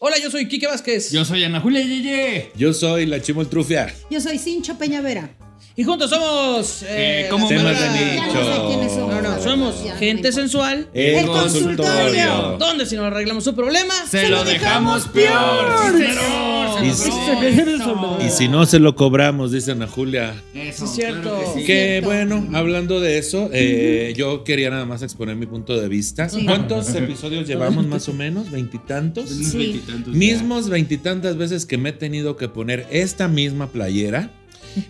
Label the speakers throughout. Speaker 1: Hola, yo soy Quique Vázquez.
Speaker 2: Yo soy Ana Julia Yeye.
Speaker 3: Yo soy la Chimoltrufia.
Speaker 4: Yo soy Cincho Peñavera.
Speaker 1: Y juntos somos.
Speaker 2: Eh, ¿cómo
Speaker 1: la-
Speaker 3: Temas de
Speaker 4: Ya
Speaker 3: nicho.
Speaker 4: no sé quiénes son.
Speaker 1: No, no, somos
Speaker 4: Ya, no
Speaker 1: gente
Speaker 4: importa.
Speaker 1: sensual.
Speaker 3: El
Speaker 4: El consultorio.
Speaker 3: consultorio.
Speaker 1: ¿Dónde si no arreglamos su problema?
Speaker 2: Se lo dejamos peor.
Speaker 1: Señor,
Speaker 3: Y
Speaker 1: se
Speaker 3: si-
Speaker 1: nos regresa.
Speaker 3: Y si no se lo cobramos, dice Ana Julia.
Speaker 2: Eso,
Speaker 1: Sí, cierto.
Speaker 2: claro que sí.
Speaker 3: Que
Speaker 4: Cierto.
Speaker 3: bueno, hablando de eso, eh, yo quería nada más exponer mi punto de vista.
Speaker 4: Sí.
Speaker 3: ¿Cuántos episodios llevamos más o menos? ¿Veintitantos?
Speaker 2: Unos
Speaker 4: Sí.
Speaker 2: veintitantos Pues ya.
Speaker 3: Mismos veintitantas veces que me he tenido que poner esta misma playera,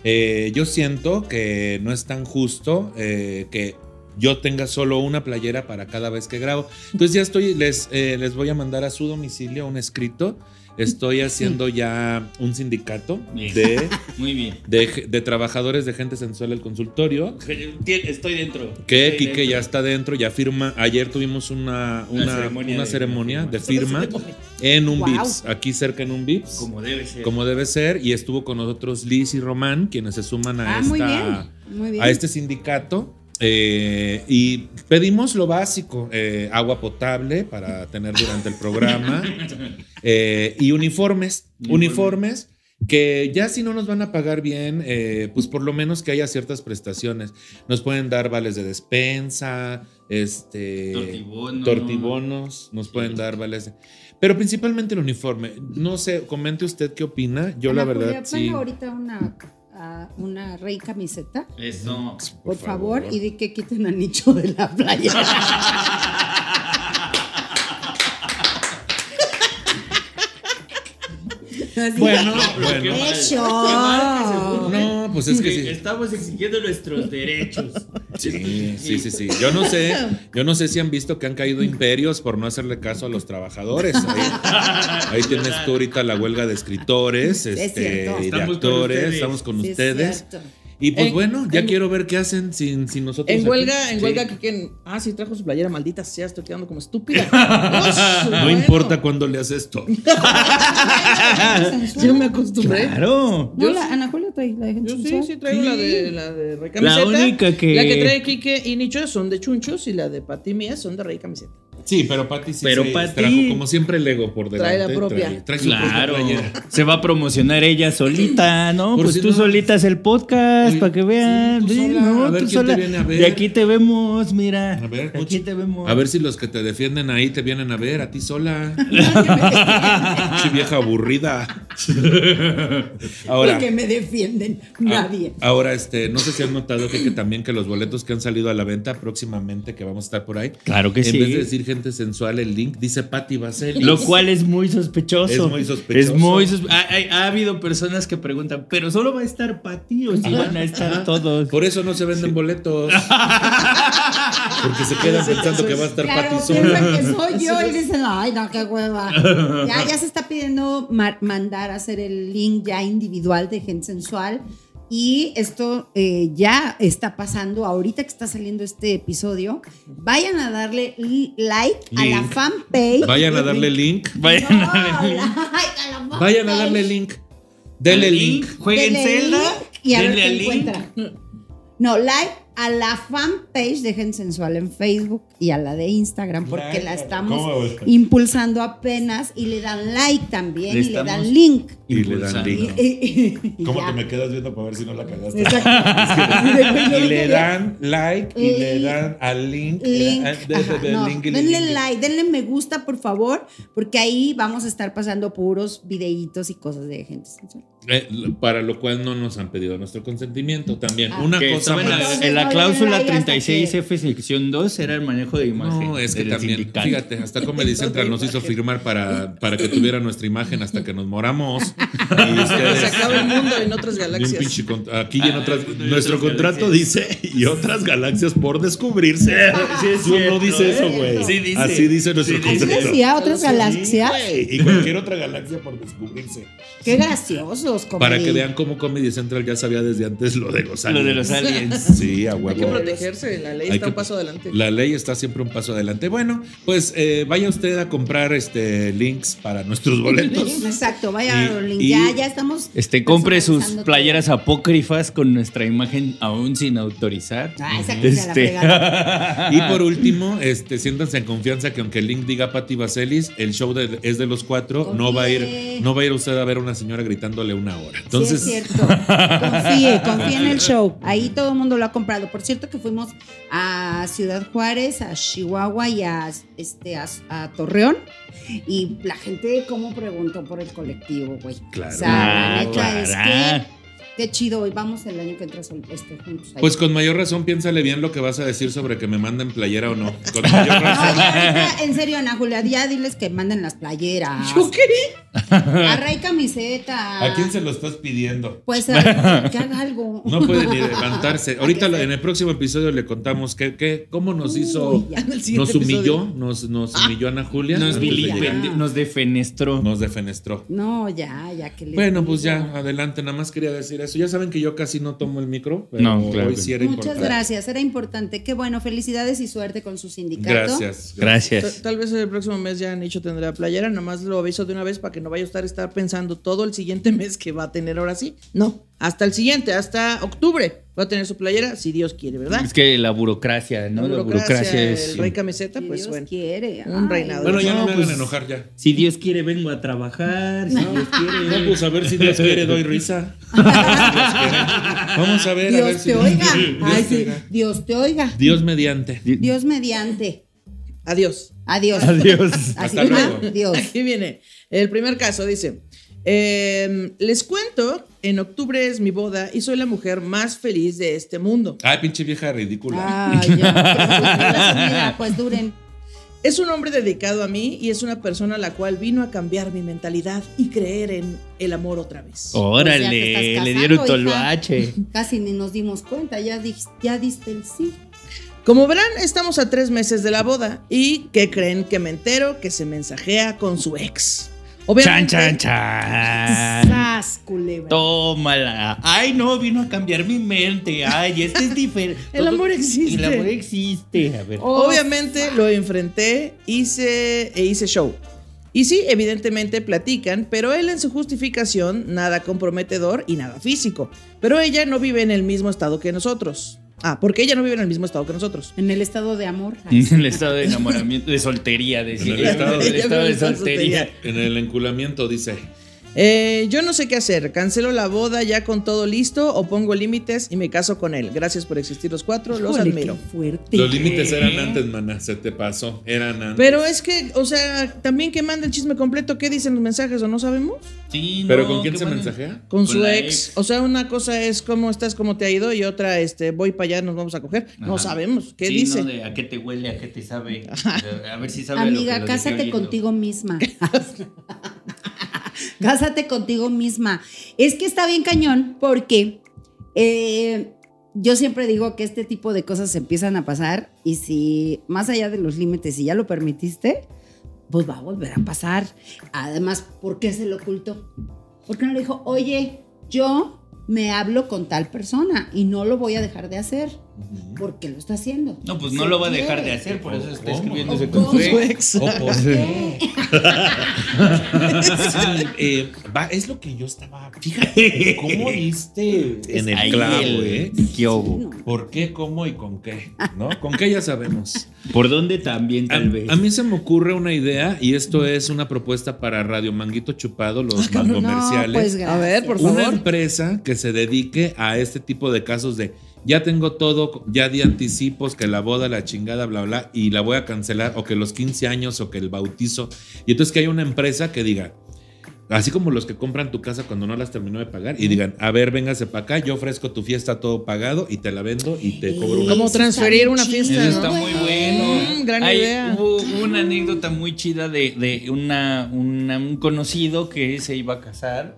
Speaker 3: eh, yo siento que no es tan justo eh, que yo tenga solo una playera para cada vez que grabo. Entonces ya estoy, les, eh, les voy a mandar a su domicilio un escrito. Estoy haciendo ya un sindicato
Speaker 2: Bien.
Speaker 3: de,
Speaker 2: Muy bien.
Speaker 3: de- de trabajadores de gente sensual del consultorio.
Speaker 2: Estoy dentro.
Speaker 3: Que Quique ya está dentro, ya firma. Ayer tuvimos una,
Speaker 2: Una
Speaker 3: una-
Speaker 2: ceremonia
Speaker 3: una
Speaker 2: de-
Speaker 3: ceremonia de firma en un
Speaker 4: Wow.
Speaker 3: VIPS, aquí cerca en un VIPS
Speaker 2: Como debe ser.
Speaker 3: como debe ser, y estuvo con nosotros Liz y Román, quienes se suman a,
Speaker 4: Ah,
Speaker 3: esta-
Speaker 4: muy bien. Muy bien.
Speaker 3: a este sindicato. eh, y pedimos lo básico, eh, agua potable para tener durante el programa eh, y uniformes,
Speaker 2: Uniforme.
Speaker 3: uniformes que ya si no nos van a pagar bien, eh, pues por lo menos que haya ciertas prestaciones. Nos pueden dar vales de despensa, este,
Speaker 2: Tortibono.
Speaker 3: tortibonos, nos pueden dar vales. de- Pero principalmente el uniforme. No sé, comente usted qué opina. Yo la
Speaker 4: Ana
Speaker 3: verdad
Speaker 4: Julia,
Speaker 3: sí.
Speaker 4: ponle pues, ahorita una, a- una rey camiseta,
Speaker 2: Eso.
Speaker 4: por, favor, y di que quiten a Nicho de la playa. Así.
Speaker 3: Bueno,
Speaker 2: Pero qué
Speaker 3: bueno.
Speaker 2: mal.
Speaker 4: Eso.
Speaker 2: Qué mal que se burlen.
Speaker 3: No, pues es que sí.
Speaker 2: Estamos exigiendo nuestros derechos.
Speaker 3: Sí, sí, sí, sí. Yo no sé, yo no sé si han visto que han caído imperios por no hacerle caso a los trabajadores. Ahí, ahí tienes tú ahorita la huelga de escritores,
Speaker 4: Es
Speaker 3: este,
Speaker 4: cierto.
Speaker 3: y de
Speaker 2: Estamos con
Speaker 3: actores,
Speaker 2: ustedes.
Speaker 3: estamos con
Speaker 4: Sí, es
Speaker 3: ustedes.
Speaker 4: cierto.
Speaker 3: Y pues
Speaker 1: En-
Speaker 3: bueno, ya
Speaker 1: en-
Speaker 3: quiero ver qué hacen sin, sin nosotros.
Speaker 1: En
Speaker 3: aquí.
Speaker 1: huelga, en
Speaker 3: Sí.
Speaker 1: huelga, Quique. Ah, sí, trajo su playera, maldita sea, estoy quedando como estúpida.
Speaker 3: Ah, No
Speaker 1: Bueno.
Speaker 3: importa cuándo le haces esto.
Speaker 1: Ya me acostumbré.
Speaker 5: Claro.
Speaker 4: No, la Ana Julia trae la de
Speaker 1: Yo sí,
Speaker 4: sensual.
Speaker 1: sí traigo la de la de rey camiseta.
Speaker 5: única que-
Speaker 1: La que trae Quique y Nicho son de chunchos y la de Pati Mía son de rey camiseta.
Speaker 3: Sí, pero Pati sí
Speaker 5: Pero
Speaker 3: se
Speaker 5: Pati-
Speaker 3: trajo como siempre el ego por delante.
Speaker 1: Trae la propia.
Speaker 3: Trae, trae su
Speaker 5: Claro.
Speaker 3: propia playera.
Speaker 5: Se va a promocionar ella solita, ¿no?
Speaker 3: Por
Speaker 5: pues
Speaker 3: si
Speaker 5: tú
Speaker 3: no-
Speaker 5: solita es el podcast,
Speaker 3: Oye,
Speaker 5: para que vean.
Speaker 3: sí, tú
Speaker 5: Sí,
Speaker 3: sola,
Speaker 5: no,
Speaker 3: a ver
Speaker 5: tú
Speaker 3: quién te
Speaker 5: sola.
Speaker 3: viene a ver.
Speaker 5: De aquí te vemos, mira.
Speaker 3: A ver,
Speaker 5: de aquí
Speaker 3: Cuchi,
Speaker 5: te vemos.
Speaker 3: A ver si los que te defienden ahí te vienen a ver, a ti sola. Sí, vieja aburrida. Ahora.
Speaker 4: Porque me defienden
Speaker 3: Ah,
Speaker 4: nadie.
Speaker 3: Ahora, este, no sé si han notado que, que también que los boletos que han salido a la venta próximamente, que vamos a estar por ahí.
Speaker 5: Claro que
Speaker 3: en
Speaker 5: sí.
Speaker 3: vez de decir gente sensual, el link dice Patti Vaseli.
Speaker 5: Lo cual es muy sospechoso.
Speaker 3: Es muy sospechoso.
Speaker 5: Es muy sospe- ha, ha- ha habido personas que preguntan, ¿pero solo va a estar Pati o si van a estar todos?
Speaker 3: Por eso no se venden boletos. Porque se quedan pensando que va a estar
Speaker 4: Claro,
Speaker 3: Patti
Speaker 4: piensan
Speaker 3: sola.
Speaker 4: que soy yo y dicen, ay, no, qué hueva. Ya, ya se está pidiendo mar- mandar a hacer el link ya individual de gente sensual. Y esto eh, ya está pasando ahorita que está saliendo este episodio. Vayan a darle li- like a la
Speaker 3: Link.
Speaker 4: fanpage.
Speaker 3: Vayan a darle link.
Speaker 5: Vayan
Speaker 4: No,
Speaker 5: a ver.
Speaker 4: like a la fanpage.
Speaker 3: Vayan a darle link. Denle link.
Speaker 5: Jueguen
Speaker 4: Denle
Speaker 5: Zelda.
Speaker 4: link y a ver
Speaker 5: denle
Speaker 4: qué
Speaker 5: al link.
Speaker 4: encuentran. No, like a la fanpage de Gen Sensual en Facebook y a la de Instagram, porque la
Speaker 3: ¿cómo
Speaker 4: estamos
Speaker 3: ves?
Speaker 4: impulsando apenas y le dan like también
Speaker 5: Le
Speaker 4: y le
Speaker 5: estamos-
Speaker 4: dan link.
Speaker 3: Y le dan
Speaker 5: Impulsando.
Speaker 3: link.
Speaker 4: Y
Speaker 3: ¿Cómo
Speaker 4: ya.
Speaker 3: te me quedas viendo para ver si no la cagaste?
Speaker 4: Exacto.
Speaker 3: Y le dan like y le dan al link.
Speaker 4: Link,
Speaker 3: Ah, de- de-
Speaker 4: ajá,
Speaker 3: de-
Speaker 4: no,
Speaker 3: link y le-
Speaker 4: denle
Speaker 3: link.
Speaker 4: like, denle me gusta por favor, porque ahí vamos a estar pasando puros videitos y cosas de gente sensual.
Speaker 3: Eh, lo- para lo cual no nos han pedido nuestro consentimiento también.
Speaker 4: Ah.
Speaker 3: una
Speaker 5: Que
Speaker 3: cosa
Speaker 5: estaba en
Speaker 3: más.
Speaker 5: la- en,
Speaker 4: Entonces,
Speaker 5: la,
Speaker 4: no, ya,
Speaker 5: cláusula
Speaker 4: ya, ya, hasta
Speaker 5: 36F sección 2 era el manejo de imagen.
Speaker 3: No, es que
Speaker 5: del
Speaker 3: también,
Speaker 5: sindicato.
Speaker 3: fíjate, hasta Comedy Central nos hizo firmar para, para que tuviera nuestra imagen hasta que nos moramos. Y
Speaker 1: Se nos
Speaker 3: ustedes,
Speaker 1: acaba el mundo en otras
Speaker 3: de un
Speaker 1: galaxias.
Speaker 3: pinche cont- aquí y en
Speaker 5: Ah,
Speaker 3: otras,
Speaker 5: y otras
Speaker 3: nuestro contrato dice y otras galaxias por descubrirse. Tú no
Speaker 5: cierto,
Speaker 3: dice
Speaker 5: ¿eh?
Speaker 3: eso, güey.
Speaker 5: Sí dice.
Speaker 3: Así dice nuestro
Speaker 5: Sí
Speaker 4: Así
Speaker 5: dice.
Speaker 3: contrato.
Speaker 4: decía otras galaxias.
Speaker 3: Güey, y cualquier otra galaxia por descubrirse.
Speaker 4: Qué graciosos. como
Speaker 3: Para
Speaker 4: de-
Speaker 3: que vean cómo Comedy Central ya sabía desde antes lo de los
Speaker 5: Lo
Speaker 3: aliens.
Speaker 5: de los aliens.
Speaker 3: Sí, a
Speaker 1: Hay que
Speaker 3: huevo.
Speaker 1: protegerse, la ley
Speaker 3: Hay
Speaker 1: está
Speaker 3: que-
Speaker 1: un paso adelante.
Speaker 3: La ley está siempre un paso adelante. Bueno, pues eh, vaya usted a comprar este links para nuestros boletos.
Speaker 4: Exacto, vaya,
Speaker 3: Y-
Speaker 4: Rolín,
Speaker 3: y-
Speaker 4: ya, ya estamos.
Speaker 5: Este, compre sus
Speaker 4: personalizando todo.
Speaker 5: playeras apócrifas con nuestra imagen aún sin autorizar.
Speaker 4: Ah, esa que se la fregada.
Speaker 3: Y por último, este, siéntanse en confianza que aunque el link diga Patti Vaselis, el show de- es de los cuatro, no va a ir,
Speaker 4: Confíe.
Speaker 3: no va a ir usted a ver a una señora gritándole una hora. Entonces,
Speaker 4: Sí, es cierto. Confíe, confíe en el show. Ahí todo el mundo lo ha comprado. Por cierto, que fuimos a Ciudad Juárez, a Chihuahua y a, este, a, a Torreón. Y la gente, ¿cómo preguntó por el colectivo, güey?
Speaker 3: Claro.
Speaker 4: O sea,
Speaker 5: Ah,
Speaker 4: la neta
Speaker 5: claro.
Speaker 4: es que. Qué chido, y vamos el año que entra sol- este, juntos. ahí.
Speaker 3: pues con mayor razón piénsale bien lo que vas a decir sobre que me manden playera o no. Con mayor
Speaker 4: No,
Speaker 3: razón.
Speaker 4: ya ahorita, en serio, Ana Julia, ya diles que manden las playeras.
Speaker 1: ¿Yo qué?
Speaker 4: Array camiseta.
Speaker 3: ¿A quién se lo estás pidiendo?
Speaker 4: Pues a- que haga algo.
Speaker 3: No puede ni levantarse. Ahorita la- en el próximo episodio le contamos que, que, cómo nos hizo,
Speaker 4: Uy, ya.
Speaker 1: En el siguiente
Speaker 3: nos humilló,
Speaker 1: episodio.
Speaker 3: nos, nos humilló Ana Julia.
Speaker 5: Nos,
Speaker 3: antes de
Speaker 4: vilipendió.
Speaker 3: llegar.
Speaker 5: vilipende- nos defenestró.
Speaker 3: Nos defenestró.
Speaker 4: No, ya, ya que le.
Speaker 3: Bueno, pues ya, adelante, nada más quería decir eso. Ya saben que yo casi no tomo el micro, pero
Speaker 5: No, claro
Speaker 3: hoy
Speaker 5: que
Speaker 3: sí era
Speaker 4: Muchas
Speaker 3: importante.
Speaker 4: gracias, era importante. Qué bueno, felicidades y suerte con su sindicato.
Speaker 3: Gracias.
Speaker 1: Tal,
Speaker 5: Gracias.
Speaker 1: tal vez el próximo mes ya Nicho tendrá playera, nomás lo aviso de una vez para que no vaya a estar, estar pensando todo el siguiente mes que va a tener ahora sí. No, hasta el siguiente, hasta octubre va a tener su playera, si Dios quiere, ¿verdad?
Speaker 5: Es que la burocracia, ¿no? La burocracia, es.
Speaker 1: el rey camiseta,
Speaker 4: Si
Speaker 1: pues
Speaker 4: Dios
Speaker 1: bueno.
Speaker 4: quiere.
Speaker 1: un
Speaker 4: Ay,
Speaker 1: reinado.
Speaker 3: Bueno, ya no,
Speaker 5: No,
Speaker 3: me
Speaker 5: pues-
Speaker 3: hagan enojar ya.
Speaker 5: Si Dios quiere, vengo a trabajar. Si Dios
Speaker 3: No,
Speaker 5: quiere.
Speaker 3: pues a ver si Dios quiere, doy risa. Si Dios quiere. Vamos a ver, a ver
Speaker 4: Dios
Speaker 3: si
Speaker 4: te oiga.
Speaker 3: Dios
Speaker 4: Ay,
Speaker 3: te
Speaker 4: sí,
Speaker 3: oiga.
Speaker 4: Dios te oiga.
Speaker 3: Dios mediante.
Speaker 4: Dios mediante.
Speaker 1: Adiós.
Speaker 4: Adiós.
Speaker 5: Adiós.
Speaker 4: Así
Speaker 3: Hasta
Speaker 4: que,
Speaker 3: luego.
Speaker 4: Dios.
Speaker 1: Aquí viene. El primer caso dice: em, Les cuento, en octubre es mi boda y soy la mujer más feliz de este mundo.
Speaker 3: Ay, pinche vieja ridícula.
Speaker 4: Ay, ya. Mira, pues duren.
Speaker 1: Es un hombre dedicado a mí y es una persona a la cual vino a cambiar mi mentalidad y creer en el amor otra vez.
Speaker 5: Órale,
Speaker 4: O sea, te estás
Speaker 5: le
Speaker 4: casando,
Speaker 5: dieron
Speaker 4: hija.
Speaker 5: toluache.
Speaker 4: Casi ni nos dimos cuenta. Ya, di- ya diste el sí.
Speaker 1: Como verán, estamos a tres meses de la boda y que creen que me entero que se mensajea con su ex.
Speaker 5: Chan,
Speaker 1: Obviamente,
Speaker 5: chan, chan.
Speaker 4: Sas, culebra.
Speaker 5: Tómala. Ay, no, vino a cambiar mi mente. Ay, este es diferente.
Speaker 1: El amor existe.
Speaker 5: El amor existe. A ver.
Speaker 4: Oh.
Speaker 1: Obviamente lo enfrenté, hice e hice show. Y sí, evidentemente platican, pero él en su justificación, nada comprometedor y nada físico. Pero ella no vive en el mismo estado que nosotros. Ah, porque ella no vive en el mismo estado que nosotros.
Speaker 4: En el estado de amor. Ay,
Speaker 5: En el estado de enamoramiento, de soltería, decía.
Speaker 3: En el estado-
Speaker 5: En el estado de
Speaker 1: Ya veo que
Speaker 5: soltería.
Speaker 3: En el enculamiento dice.
Speaker 1: Eh, yo no sé qué hacer. Cancelo la boda ya con todo listo o pongo límites y me caso con él. Gracias por existir los cuatro, los
Speaker 4: híjole,
Speaker 1: admiro.
Speaker 4: qué fuerte.
Speaker 3: Los límites eran antes, maná. Se te pasó. Eran antes.
Speaker 1: Pero es que, o sea, también que manda el chisme completo, ¿qué dicen los mensajes o no sabemos?
Speaker 5: Sí,
Speaker 3: ¿Pero
Speaker 5: no,
Speaker 3: con quién
Speaker 5: qué
Speaker 3: se
Speaker 5: bueno.
Speaker 3: mensajea?
Speaker 1: Con,
Speaker 5: Con
Speaker 1: su
Speaker 5: la
Speaker 1: ex.
Speaker 5: ex.
Speaker 1: O sea, una cosa es cómo estás, cómo te ha ido, y otra, este, voy para allá, nos vamos a coger. No
Speaker 5: Ajá.
Speaker 1: sabemos. ¿Qué
Speaker 5: Sí,
Speaker 1: dice?
Speaker 5: no, de a qué te huele, a qué te sabe. A ver si sabe. a lo que
Speaker 4: Amiga,
Speaker 5: lo
Speaker 4: cásate
Speaker 5: dejé oliendo.
Speaker 4: contigo misma. cásate contigo misma. Es que está bien cañón porque eh, yo siempre digo que este tipo de cosas empiezan a pasar y si más allá de los límites, si ya lo permitiste, pues va a volver a pasar. Además, ¿por qué se lo ocultó? ¿Por qué no le dijo, oye, yo me hablo con tal persona y no lo voy a dejar de hacer? porque lo está haciendo?
Speaker 5: No, pues
Speaker 4: Se
Speaker 5: no lo va a dejar de
Speaker 4: quiere.
Speaker 5: hacer, por eso está
Speaker 3: ¿Cómo?
Speaker 5: escribiéndose
Speaker 4: ¿Cómo?
Speaker 5: con su
Speaker 1: Con su
Speaker 5: ex.
Speaker 1: ex.
Speaker 3: O Oh, por qué.
Speaker 2: Eh, va, es lo que yo estaba. Fíjate, ¿cómo diste?
Speaker 3: En el
Speaker 5: Ahí
Speaker 3: clavo,
Speaker 5: el-
Speaker 3: ¿eh?
Speaker 5: ¿Qué hubo?
Speaker 4: No.
Speaker 3: ¿Por qué, cómo y con qué? ¿No? Con qué ya sabemos.
Speaker 5: ¿Por dónde también,
Speaker 3: A,
Speaker 5: tal vez?
Speaker 3: a mí se me ocurre una idea y esto es una propuesta para Radio Manguito Chupado, los
Speaker 4: No, pues
Speaker 3: mangomerciales.
Speaker 4: gracias.
Speaker 1: A ver, por
Speaker 3: una
Speaker 1: favor.
Speaker 3: empresa que se dedique a este tipo de casos de ya tengo todo, ya di anticipos, que la boda, la chingada, bla, bla, y la voy a cancelar, o que los 15 años, o que el bautizo. Y entonces que haya una empresa que diga, Así como los que compran tu casa cuando no las terminó de pagar y digan, a ver, véngase para acá, yo ofrezco tu fiesta todo pagado y te la vendo y te cobro una.
Speaker 1: Como
Speaker 4: Eso
Speaker 1: transferir
Speaker 4: está
Speaker 1: una
Speaker 4: bien
Speaker 1: fiesta,
Speaker 5: Eso
Speaker 4: chido,
Speaker 1: ¿no?
Speaker 5: está muy
Speaker 4: güey.
Speaker 5: bueno.
Speaker 1: Mm, gran
Speaker 5: Hay-
Speaker 1: idea.
Speaker 5: Hubo hubo una anécdota muy chida de, de una, una- un conocido que se iba a casar,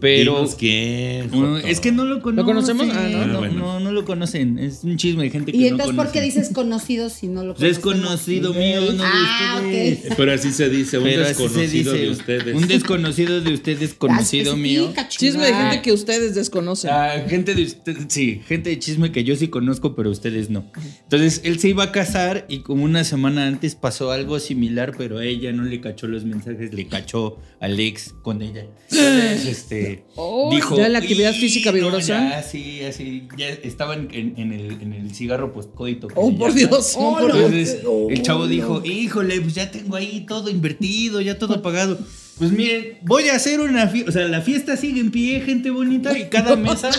Speaker 5: pero...
Speaker 3: Dinos quién?
Speaker 5: Bueno,
Speaker 3: Joto.
Speaker 5: es que no lo conocen.
Speaker 1: conocemos? Ah, no,
Speaker 5: no, no,
Speaker 3: bueno.
Speaker 5: no lo conocen. Es un chisme de gente que
Speaker 4: Y
Speaker 5: no
Speaker 4: entonces, ¿por qué
Speaker 5: conocen.
Speaker 4: dices conocido si no lo
Speaker 5: Es
Speaker 4: conoces?
Speaker 5: conocido mío, no de
Speaker 4: Ah,
Speaker 5: ustedes.
Speaker 4: ok.
Speaker 3: Pero así se dice, un
Speaker 5: Pero así se
Speaker 3: desconocido
Speaker 5: dice,
Speaker 3: de ustedes.
Speaker 5: Un desconocido de ustedes, conocido mío.
Speaker 4: Especifica,
Speaker 1: Chisme de
Speaker 4: chingada.
Speaker 1: gente que ustedes desconocen.
Speaker 5: Ah, gente de usted, sí, gente de chisme que yo sí conozco, pero ustedes no. Entonces él se iba a casar y como una semana antes pasó algo similar, pero a ella no le cachó los mensajes, le cachó al ex con ella. Entonces, este, dijo,
Speaker 1: Oh, ya la actividad
Speaker 5: "Y,
Speaker 1: física
Speaker 5: no,
Speaker 1: vigorosa".
Speaker 5: ya, sí, así, ya estaban en, en el, en el cigarro postcoito. que
Speaker 1: Oh,
Speaker 5: se
Speaker 1: por
Speaker 5: llama.
Speaker 1: Dios. oh, por Dios.
Speaker 5: Entonces el chavo dijo, híjole, pues ya tengo ahí todo invertido, ya todo pagado. Pues miren, voy a hacer una fiesta, o sea, la fiesta sigue en pie, gente bonita, y cada mesa,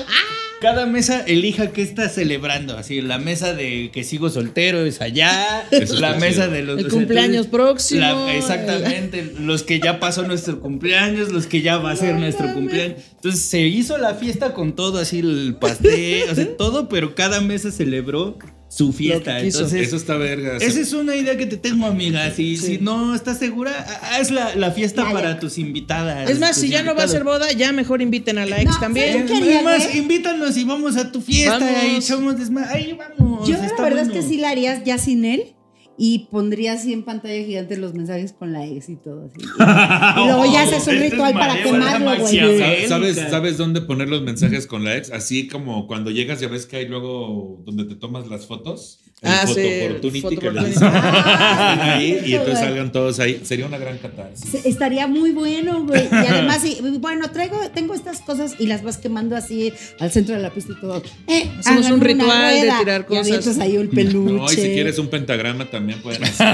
Speaker 5: cada mesa elija qué está celebrando. Así, la mesa de que sigo soltero es allá,
Speaker 3: Eso está
Speaker 5: la mesa
Speaker 3: chido.
Speaker 5: de los...
Speaker 1: El
Speaker 5: o sea,
Speaker 1: cumpleaños próximo.
Speaker 5: la- exactamente, los que ya pasó nuestro cumpleaños, los que ya va a ser nuestro cumpleaños. Entonces se hizo la fiesta con todo, así el pastel, o sea, todo, pero cada mesa celebró su fiesta.
Speaker 1: quiso.
Speaker 5: Entonces,
Speaker 3: Eso está verga.
Speaker 5: esa es una idea que te tengo, amiga. Si, si no estás segura, ha- haz la, la fiesta
Speaker 4: Ya, ya.
Speaker 5: para tus invitadas.
Speaker 1: Es más,
Speaker 5: tus
Speaker 1: si ya no va a ser
Speaker 5: invitados.
Speaker 1: boda, ya mejor inviten a la ex
Speaker 4: No,
Speaker 1: también.
Speaker 4: ¿sabes
Speaker 5: Es,
Speaker 4: Quería,
Speaker 5: es más,
Speaker 4: güey.
Speaker 5: invítanos y vamos a tu fiesta
Speaker 1: Vamos.
Speaker 5: y echamos desma- Ahí vamos.
Speaker 4: Yo la
Speaker 5: está
Speaker 4: verdad es
Speaker 5: bueno.
Speaker 4: que sí la harías ya sin él y pondría así en pantalla gigante los mensajes con la ex y todo así. Y luego ya haces
Speaker 5: Este
Speaker 4: un
Speaker 5: es
Speaker 4: ritual para
Speaker 5: María, ¿verdad,
Speaker 4: quemarlo,
Speaker 5: Maxia?
Speaker 4: güey.
Speaker 3: ¿Sabes, sabes,
Speaker 5: Angélica.
Speaker 3: sabes dónde poner los mensajes con la ex? Así como cuando llegas ya ves que hay luego donde te tomas las fotos. El
Speaker 1: Ah, sí,
Speaker 3: photo opportunity
Speaker 1: photo
Speaker 3: que le
Speaker 1: opportunity.
Speaker 3: dicen.
Speaker 4: Ah,
Speaker 3: Ahí,
Speaker 4: sí,
Speaker 3: y entonces
Speaker 4: güey.
Speaker 3: salgan todos ahí. Sería una gran catarsis.
Speaker 4: Se- Estaría muy bueno, güey. Y además, sí, bueno, traigo, tengo estas cosas y las vas quemando así al centro de la pista y todo. Eh,
Speaker 1: Hacemos
Speaker 4: hagan
Speaker 1: un
Speaker 4: una
Speaker 1: ritual de
Speaker 4: rueda.
Speaker 1: tirar
Speaker 4: Y
Speaker 1: cosas.
Speaker 4: avientas ahí un peluche.
Speaker 3: No, y si quieres un pentagrama también pueden hacer.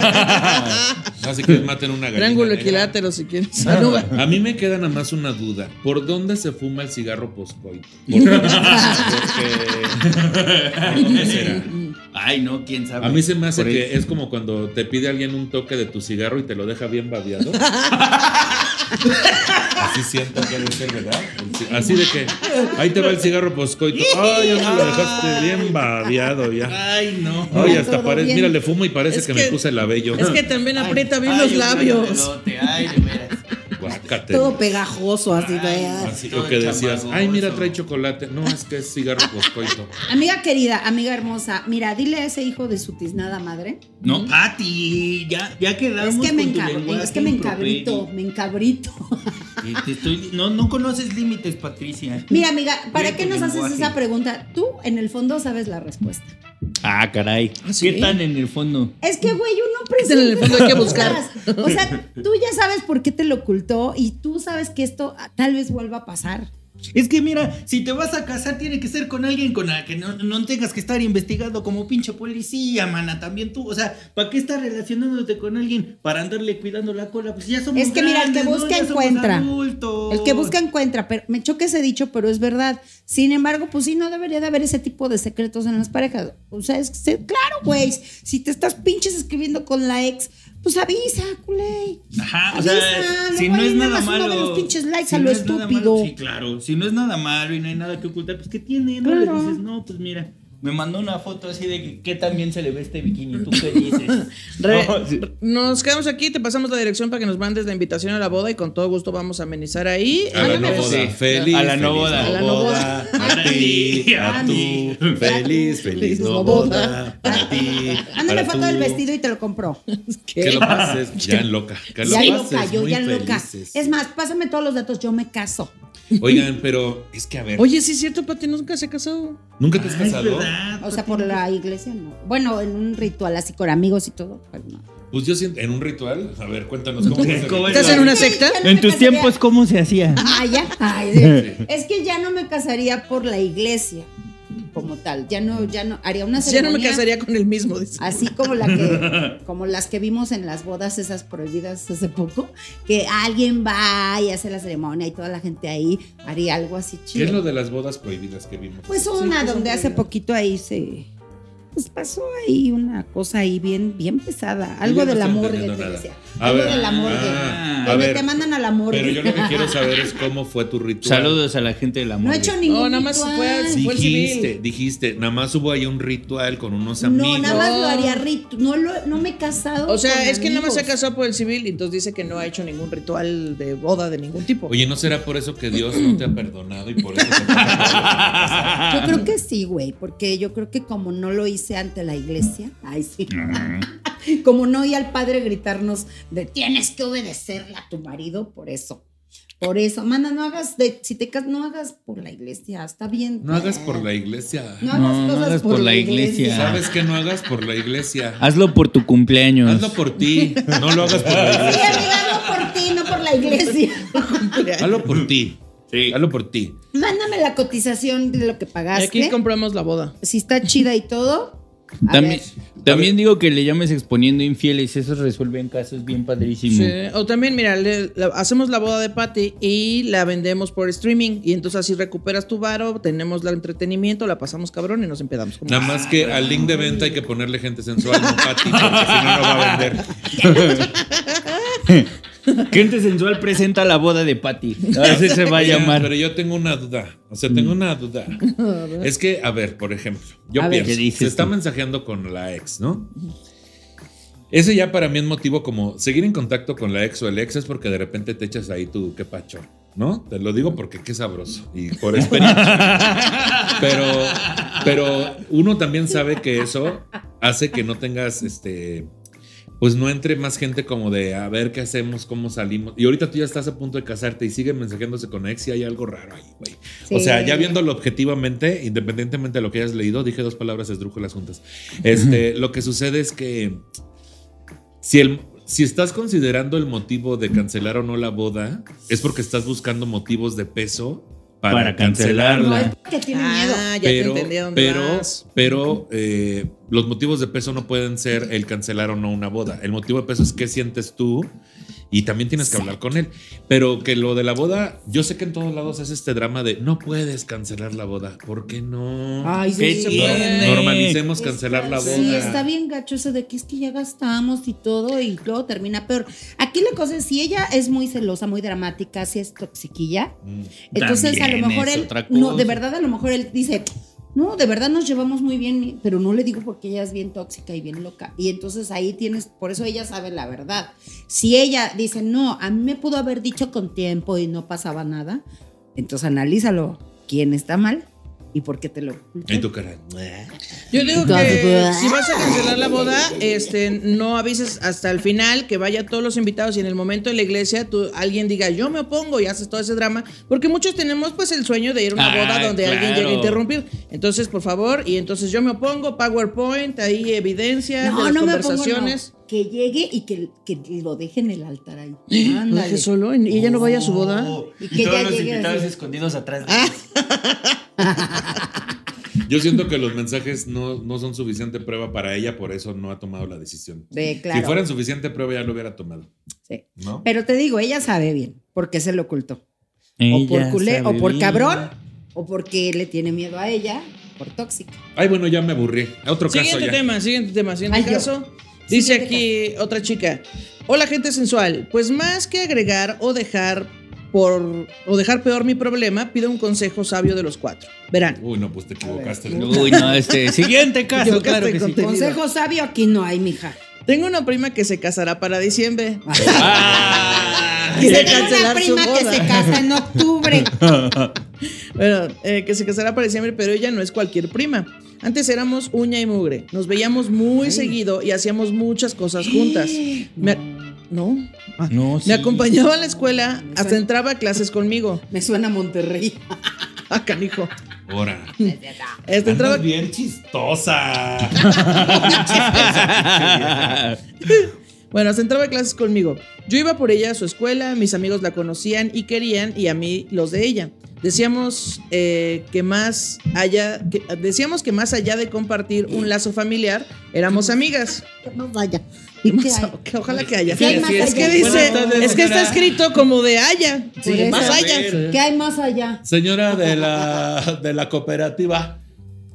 Speaker 3: no, si quieres maten una gallina.
Speaker 1: Triángulo
Speaker 3: negra.
Speaker 1: equilátero si quieres.
Speaker 3: A mí me queda nada más una duda. ¿Por dónde se fuma el cigarro poscoito? Porque- porque- ¿Dónde será?
Speaker 5: Ay, no, quién sabe.
Speaker 3: A mí se me hace
Speaker 5: Por
Speaker 3: que
Speaker 5: ahí.
Speaker 3: es como cuando te pide alguien un toque de tu cigarro y te lo deja bien babeado. Así siento que debe ser, ¿verdad? El ci- Así de que ahí te va el cigarro poscoito. Ay, ya me lo dejaste bien babeado ya.
Speaker 5: Ay, no.
Speaker 3: Ay,
Speaker 4: Ya
Speaker 3: hasta
Speaker 4: todo
Speaker 3: parece.
Speaker 4: bien.
Speaker 3: Mira, le fumo y parece
Speaker 1: Es
Speaker 3: que,
Speaker 1: que-
Speaker 3: me puse el labello.
Speaker 1: Es que también aprieta bien
Speaker 5: Ay,
Speaker 1: los
Speaker 5: un
Speaker 1: labios.
Speaker 5: guajolote, Ay, de veras.
Speaker 3: Guácate.
Speaker 4: Todo pegajoso, así, güey.
Speaker 3: Así,
Speaker 5: Todo
Speaker 3: o que decías,
Speaker 5: chamagoso.
Speaker 3: ay, mira, trae chocolate. No, es que es cigarro poscoito.
Speaker 4: Amiga querida, amiga hermosa, mira, dile a ese hijo de su tiznada madre.
Speaker 5: No, Mm. Pati, ya, ya quedamos.
Speaker 4: Es que, me
Speaker 5: con tu
Speaker 4: encab-
Speaker 5: lenguaje
Speaker 4: es que me
Speaker 5: improperio.
Speaker 4: encabrito, me encabrito.
Speaker 5: Y te estoy- no, no conoces límites, Patricia.
Speaker 4: Mira, amiga, ¿para
Speaker 5: Ve
Speaker 4: qué
Speaker 5: tu
Speaker 4: nos haces
Speaker 5: lenguaje.
Speaker 4: esa pregunta? Tú, en el fondo, sabes la respuesta.
Speaker 5: Ah, caray.
Speaker 1: sí?
Speaker 5: ¿Qué tan en el fondo?
Speaker 4: Es que, güey, uno
Speaker 1: en
Speaker 4: presenta.
Speaker 1: el fondo hay que
Speaker 4: las
Speaker 1: buscar.
Speaker 4: cosas. O sea, tú ya sabes por qué te lo ocultó y tú sabes que esto ah, tal vez vuelva a pasar.
Speaker 5: Es que mira, si te vas a casar, tiene que ser con alguien con la que no, no tengas que estar investigando como pinche policía, mana. También tú, o sea, ¿para qué estás relacionándote con alguien? Para andarle cuidando la cola. Pues ya somos
Speaker 4: Es que mira, el que
Speaker 5: grandes, ¿no?
Speaker 4: busca
Speaker 5: Ya somos
Speaker 4: encuentra.
Speaker 5: adultos.
Speaker 4: El que busca encuentra, pero me choca ese dicho, pero es verdad. Sin embargo, pues sí, no debería de haber ese tipo de secretos en las parejas. O sea, es que, claro, güey, si te estás pinches escribiendo con la ex, pues avisa, culé.
Speaker 5: Ajá, o
Speaker 4: Avisa,
Speaker 5: sea,
Speaker 4: no
Speaker 5: si
Speaker 4: voy
Speaker 5: no
Speaker 4: a
Speaker 5: es
Speaker 4: ir nada
Speaker 5: nada
Speaker 4: más uno
Speaker 5: malo.
Speaker 4: de los pinches likes
Speaker 5: si
Speaker 4: a lo
Speaker 5: no es nada
Speaker 4: estúpido.
Speaker 5: malo, sí, claro. Si no es nada malo y no hay nada que ocultar, pues ¿qué tiene? No
Speaker 4: Claro.
Speaker 5: le dices, no, pues mira, me mandó una foto así de que, que también se le ve este bikini. ¿Tú qué dices?
Speaker 1: Re-
Speaker 5: No, sí.
Speaker 1: Nos quedamos aquí, te pasamos la dirección para que nos mandes la invitación a la boda y con todo gusto vamos a amenizar ahí.
Speaker 3: A la
Speaker 1: Ay,
Speaker 3: no
Speaker 1: me-
Speaker 3: boda.
Speaker 5: Sí.
Speaker 3: Feliz.
Speaker 5: A la
Speaker 3: feliz
Speaker 5: no boda.
Speaker 1: A la no boda.
Speaker 3: A ti, a
Speaker 4: A
Speaker 3: tú.
Speaker 4: mí.
Speaker 3: Feliz, feliz no boda. A ti.
Speaker 4: Ándale
Speaker 3: para
Speaker 4: foto del
Speaker 3: tú.
Speaker 4: vestido y te lo compró.
Speaker 3: Que lo pases ya en loca. Que lo
Speaker 4: Ya loca,
Speaker 3: pases
Speaker 4: yo
Speaker 3: muy
Speaker 4: ya loca.
Speaker 3: felices.
Speaker 4: Es más, pásame todos los datos, yo me caso.
Speaker 3: Oigan, pero es que a ver,
Speaker 1: Oye, sí es cierto, Pati, nunca se ha casado.
Speaker 3: ¿nunca te has
Speaker 5: Es
Speaker 3: casado?
Speaker 5: verdad.
Speaker 4: O sea, por la iglesia no. Bueno, en un ritual así con amigos y todo. pero no.
Speaker 3: Pues yo siento, en un ritual, a ver, cuéntanos cómo es el
Speaker 5: ¿Cómo
Speaker 3: ritual?
Speaker 5: es?
Speaker 1: ¿Estás en una secta?
Speaker 4: Yo no
Speaker 5: En
Speaker 4: me
Speaker 5: tus
Speaker 4: casaría-
Speaker 5: tiempos, ¿cómo se hacía?
Speaker 4: Ah, ya. Ay, sí. Es que ya no me casaría por la iglesia como tal. Ya no, ya no haría una
Speaker 1: Ya no
Speaker 4: ceremonia.
Speaker 1: me casaría con el mismo. dice.
Speaker 4: Así como la que, como las que vimos en las bodas esas prohibidas hace poco, que alguien va y hace la ceremonia y toda la gente ahí haría algo así
Speaker 3: ¿Qué es
Speaker 4: chido.
Speaker 3: pues, lo de las bodas prohibidas que vimos?
Speaker 4: Pues una donde hace poquito ahí se pues pasó ahí una cosa ahí bien, bien pesada. Algo
Speaker 3: Yo no
Speaker 4: de la
Speaker 3: estoy
Speaker 4: morgue,
Speaker 3: entendiendo
Speaker 4: te
Speaker 3: nada.
Speaker 4: decía.
Speaker 3: A
Speaker 4: Algo
Speaker 3: ver,
Speaker 4: de la morgue.
Speaker 5: ah,
Speaker 3: a
Speaker 4: Donde
Speaker 3: ver,
Speaker 4: te mandan a la morgue.
Speaker 3: Pero yo lo que quiero saber es cómo fue tu ritual.
Speaker 5: Saludos a la gente de la
Speaker 4: No
Speaker 5: morgue.
Speaker 4: he hecho ningún
Speaker 1: No, nada más
Speaker 4: ritual.
Speaker 1: fue así. Fue el
Speaker 3: Dijiste,
Speaker 1: civil.
Speaker 3: dijiste, nada más hubo ahí un ritual con unos
Speaker 4: No,
Speaker 3: amigos.
Speaker 4: nada más
Speaker 1: No.
Speaker 4: lo haría rito. No, lo- no me he casado.
Speaker 1: O sea,
Speaker 4: con
Speaker 1: es que nada más se ha
Speaker 4: amigos.
Speaker 1: casado por el civil y entonces dice que no ha hecho ningún ritual de boda de ningún tipo.
Speaker 3: Oye, ¿no será por eso que Dios no te ha perdonado y por eso te
Speaker 4: Yo creo que sí, güey, porque yo creo que como no lo hice ante la iglesia, ay sí, como no oí al padre gritarnos de tienes que obedecerle a tu marido, por eso, por eso, manda, no hagas de, si te casas, no hagas por la iglesia, está bien. pues.
Speaker 3: No hagas por la iglesia.
Speaker 4: No hagas
Speaker 5: No, no
Speaker 4: cosas
Speaker 5: hagas
Speaker 4: por, la iglesia.
Speaker 3: ¿Sabes que no hagas por la iglesia?
Speaker 5: Hazlo por tu cumpleaños.
Speaker 3: Hazlo por ti. No lo hagas por la
Speaker 4: Sí,
Speaker 3: iglesia.
Speaker 4: amiga, hazlo por ti, no por la iglesia.
Speaker 3: Hazlo por ti. Hazlo por ti.
Speaker 4: Mándame la cotización de lo que
Speaker 1: Y
Speaker 4: pagaste.
Speaker 1: aquí compramos la boda.
Speaker 4: si está chida y todo. a
Speaker 5: También,
Speaker 4: ver.
Speaker 5: también digo que le llames exponiendo infieles, esos resuelven casos bien padrísimos.
Speaker 1: Sí, O también, mira, le- la- hacemos la boda de Patty y la vendemos por streaming. Y entonces así recuperas tu varo, tenemos el entretenimiento, la pasamos cabrón y nos empedamos. Como-
Speaker 3: Nada más que al link de venta hay que ponerle gente sensual, no Pati, porque si no, no va a vender.
Speaker 5: Gente sensual presenta la boda de Patty. Así se va a
Speaker 3: Oigan,
Speaker 5: llamar.
Speaker 3: Pero yo tengo una duda. O sea, tengo una duda. Es que, a ver, por ejemplo, yo
Speaker 5: A ver,
Speaker 3: pienso,
Speaker 5: ¿qué dices
Speaker 3: se está
Speaker 5: tú?
Speaker 3: mensajeando con la ex, ¿no? Ese ya para mí es motivo como seguir en contacto con la ex o el ex es porque de repente te echas ahí tu qué pacho, ¿no? Te lo digo porque qué sabroso y por experiencia. pero, pero uno también sabe que eso hace que no tengas este. Pues no entre más gente como de a ver qué hacemos, cómo salimos. Y ahorita tú ya estás a punto de casarte y siguen mensajeándose con ex y hay algo raro ahí, güey. O
Speaker 4: Sí.
Speaker 3: sea, ya viéndolo objetivamente, independientemente de lo que hayas leído, dije dos palabras esdrújulas juntas. Este, lo que sucede es que si, el, si estás considerando el motivo de cancelar o no la boda, es porque estás buscando motivos de peso para,
Speaker 5: Para
Speaker 3: cancelarla.
Speaker 5: cancelarla.
Speaker 4: No, es porque tiene miedo.
Speaker 1: Ah, ya
Speaker 3: Pero,
Speaker 1: te entendieron.
Speaker 3: pero, pero eh, los motivos de peso no pueden ser el cancelar o no una boda. El motivo de peso es qué sientes tú y también tienes que hablar con él. Pero que lo de la boda, yo sé que en todos lados es este drama de no puedes cancelar la boda. ¿Por qué no?
Speaker 1: Ay, sí,
Speaker 5: ¿Qué
Speaker 1: sí se
Speaker 3: No,
Speaker 5: tiene?
Speaker 1: puede.
Speaker 3: normalicemos cancelar la boda.
Speaker 4: Sí, está bien gacho eso de que es que ya gastamos y todo y luego termina peor. Aquí la cosa es, si ella es muy celosa, muy dramática, si es toxiquilla,
Speaker 3: Mm.
Speaker 4: entonces a
Speaker 5: También
Speaker 4: lo mejor
Speaker 5: es
Speaker 4: él,
Speaker 5: otra
Speaker 4: no, de
Speaker 5: cosa.
Speaker 4: verdad a lo mejor él dice, no, de verdad nos llevamos muy bien, pero no le digo porque ella es bien tóxica y bien loca. Y entonces ahí tienes, por eso ella sabe la verdad. Si ella dice, no, a mí me pudo haber dicho con tiempo y no pasaba nada, entonces analízalo, quién está mal y por qué te lo oculta.
Speaker 3: Y tu cara.
Speaker 1: Yo digo que
Speaker 4: Entonces,
Speaker 1: si vas a cancelar la boda, este, no avises hasta el final, que vaya todos los invitados y en el momento de la iglesia tú, alguien diga yo me opongo y haces todo ese drama, porque muchos tenemos pues el sueño de ir a una
Speaker 5: Ah,
Speaker 1: boda donde alguien
Speaker 5: claro.
Speaker 1: llegue a interrumpir. Entonces, por favor, y entonces yo me opongo, PowerPoint, ahí evidencia de las conversaciones.
Speaker 4: no. Que llegue y que, que lo deje en el altar ahí.
Speaker 1: Lo
Speaker 4: Ándale.
Speaker 1: deje solo y ella no vaya a su boda.
Speaker 4: Y que ya llegue así. Ah,
Speaker 5: escondidos atrás.
Speaker 3: Yo siento que los mensajes no, no son suficiente prueba para ella, por eso no ha tomado la decisión.
Speaker 4: De, claro.
Speaker 3: Si fueran suficiente prueba, ya lo hubiera tomado.
Speaker 4: Sí.
Speaker 3: ¿No?
Speaker 4: Pero te digo, ella sabe bien por qué se lo ocultó. O por culé, o por cabrón, o porque le tiene miedo a ella, por tóxica.
Speaker 3: Ay, bueno, ya me aburrí. Otro caso
Speaker 1: Siguiente
Speaker 3: ya.
Speaker 1: tema, siguiente tema, siguiente
Speaker 4: Ay, yo.
Speaker 1: caso. Dice
Speaker 4: Siguiente
Speaker 1: aquí otra chica. Hola gente sensual, pues más que agregar o dejar por o dejar peor mi problema, pido un consejo sabio de los cuatro. Verán.
Speaker 3: Uy, no, pues te equivocaste.
Speaker 5: Uy, no, este. Siguiente caso,
Speaker 1: Equivocaste
Speaker 5: claro que sí.
Speaker 1: contenido.
Speaker 4: Consejo sabio aquí no hay, mija.
Speaker 1: Tengo una prima que se casará para diciembre.
Speaker 5: Ah,
Speaker 1: Quiere
Speaker 4: Yo tengo una
Speaker 1: cancelar su
Speaker 4: prima que
Speaker 1: boda.
Speaker 4: se casa en octubre.
Speaker 1: Bueno, eh, que se casará para diciembre, pero ella no es cualquier prima. Antes éramos uña y mugre. Nos veíamos muy seguido y hacíamos muchas cosas juntas. Me- ¿No? Ah.
Speaker 5: no, sí.
Speaker 1: Me acompañaba a la escuela, hasta entraba a clases conmigo.
Speaker 4: Me suena a Monterrey.
Speaker 1: Ah, canijo.
Speaker 3: Ahora.
Speaker 1: Hasta entraba,
Speaker 2: Andas bien chistosa.
Speaker 1: bueno, hasta entraba a clases conmigo. Yo iba por ella a su escuela, mis amigos la conocían y querían, y a mí los de ella. Decíamos eh, que más allá, que- decíamos que más allá de compartir un lazo familiar, éramos amigas.
Speaker 4: Que no vaya. ¿Y qué hay?
Speaker 1: Que ojalá que haya.
Speaker 4: Sí, hay más
Speaker 1: es que
Speaker 4: allá.
Speaker 1: dice,
Speaker 4: Buenas tardes,
Speaker 1: es que está
Speaker 5: señora.
Speaker 1: escrito como de haya,
Speaker 4: Por eso.
Speaker 1: más
Speaker 3: a
Speaker 1: allá.
Speaker 3: ver.
Speaker 4: ¿Qué hay más allá?
Speaker 3: Señora de la, de la cooperativa,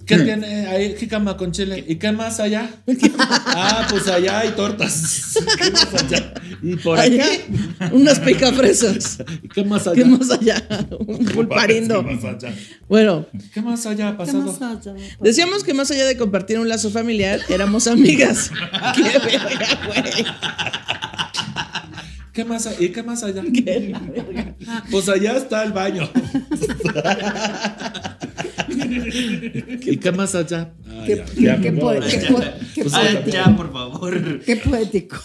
Speaker 3: ¿Qué tiene ahí? Jícama con chile. ¿Y qué más allá? ah, pues allá hay tortas. ¿Qué más allá? Y por
Speaker 1: Allá,
Speaker 3: acá.
Speaker 1: unas picafresas.
Speaker 3: ¿Y qué más allá?
Speaker 1: ¿Qué más allá? Un pulparindo.
Speaker 3: ¿Qué más allá?
Speaker 1: Bueno,
Speaker 3: ¿Qué más allá ha pasado?
Speaker 1: decíamos que más allá de compartir un lazo familiar, éramos amigas. Qué verga, güey.
Speaker 3: ¿Qué más, a- ¿Y qué más allá? Pues allá está el baño. ¿Y qué más allá? Ah,
Speaker 4: Qué,
Speaker 3: ya, ya,
Speaker 4: qué
Speaker 3: me
Speaker 4: po-
Speaker 3: voy.
Speaker 4: qué po- qué
Speaker 3: Pues,
Speaker 5: Ah,
Speaker 4: poético.
Speaker 5: ya, por favor.
Speaker 4: Qué poético.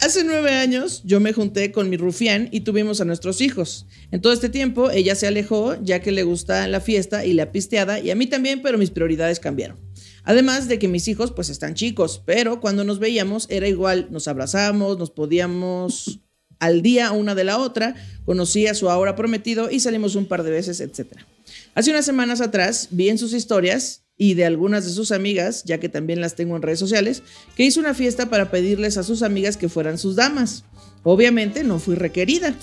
Speaker 1: Hace nueve años yo me junté con mi rufián y tuvimos a nuestros hijos. En todo este tiempo ella se alejó ya que le gusta la fiesta y la pisteada y a mí también, pero mis prioridades cambiaron. Además de que mis hijos pues están chicos, pero cuando nos veíamos era igual, nos abrazamos, nos podíamos al día una de la otra, conocí a su ahora prometido y salimos un par de veces, etc. Hace unas semanas atrás vi en sus historias y de algunas de sus amigas, ya que también las tengo en redes sociales, que hizo una fiesta para pedirles a sus amigas que fueran sus damas. Obviamente no fui requerida.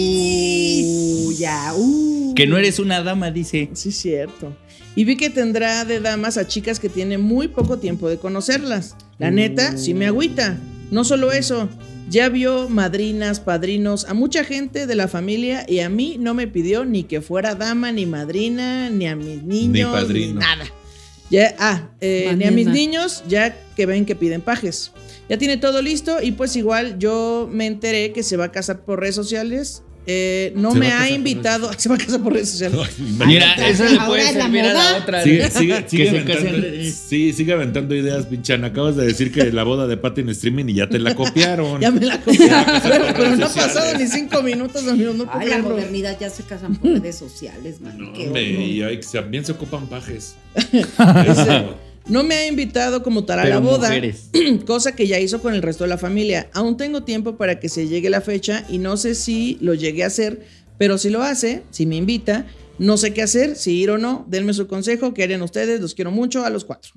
Speaker 4: Y ya, uh.
Speaker 5: Que no eres una dama, dice.
Speaker 1: Sí, cierto. Y vi que tendrá de damas a chicas que tienen muy poco tiempo de conocerlas.
Speaker 3: Mm.
Speaker 1: La neta, sí me agüita. No solo eso, ya vio madrinas, padrinos, a mucha gente de la familia y a mí no me pidió ni que fuera dama, ni madrina, ni a mis niños, ni,
Speaker 3: padrino.
Speaker 1: nada. Ya, ah, eh, ni a
Speaker 4: Madrina.
Speaker 1: mis niños, ya que ven que piden pajes. Ya tiene todo listo y pues igual yo me enteré que se va a casar por redes sociales. Eh, no
Speaker 3: Se va
Speaker 1: me
Speaker 3: a casar
Speaker 1: ha
Speaker 3: por
Speaker 1: invitado, se va a casar por redes sociales.
Speaker 5: Mira, eso le
Speaker 4: Ahora
Speaker 5: puede
Speaker 4: es la
Speaker 5: servir a la
Speaker 4: moda.
Speaker 5: otra. ¿eh?
Speaker 3: Sigue, sigue, sigue,
Speaker 5: que se
Speaker 3: aventando,
Speaker 5: casen.
Speaker 3: sí, sigue aventando ideas, pinchan. Acabas de decir que la boda de Patty en streaming y ya te la copiaron.
Speaker 1: Ya me la copiaron. pero, pero no ha
Speaker 3: Sociales.
Speaker 1: pasado ni cinco minutos, amigo. No puedo
Speaker 4: Ay, la
Speaker 1: creerlo.
Speaker 4: modernidad ya se casan por redes sociales, man.
Speaker 3: No,
Speaker 4: qué
Speaker 3: hombre,
Speaker 4: horror.
Speaker 3: y ay, que también se ocupan pajes.
Speaker 1: No me ha invitado como tal a la
Speaker 5: Pero
Speaker 1: boda,
Speaker 5: mujeres.
Speaker 1: cosa que ya hizo con el resto de la familia. Aún tengo tiempo para que se llegue la fecha y no sé si lo llegué a hacer, pero si lo hace, si me invita, no sé qué hacer, si ir o no. Denme su consejo, ¿qué harían ustedes? Los quiero mucho a los cuatro.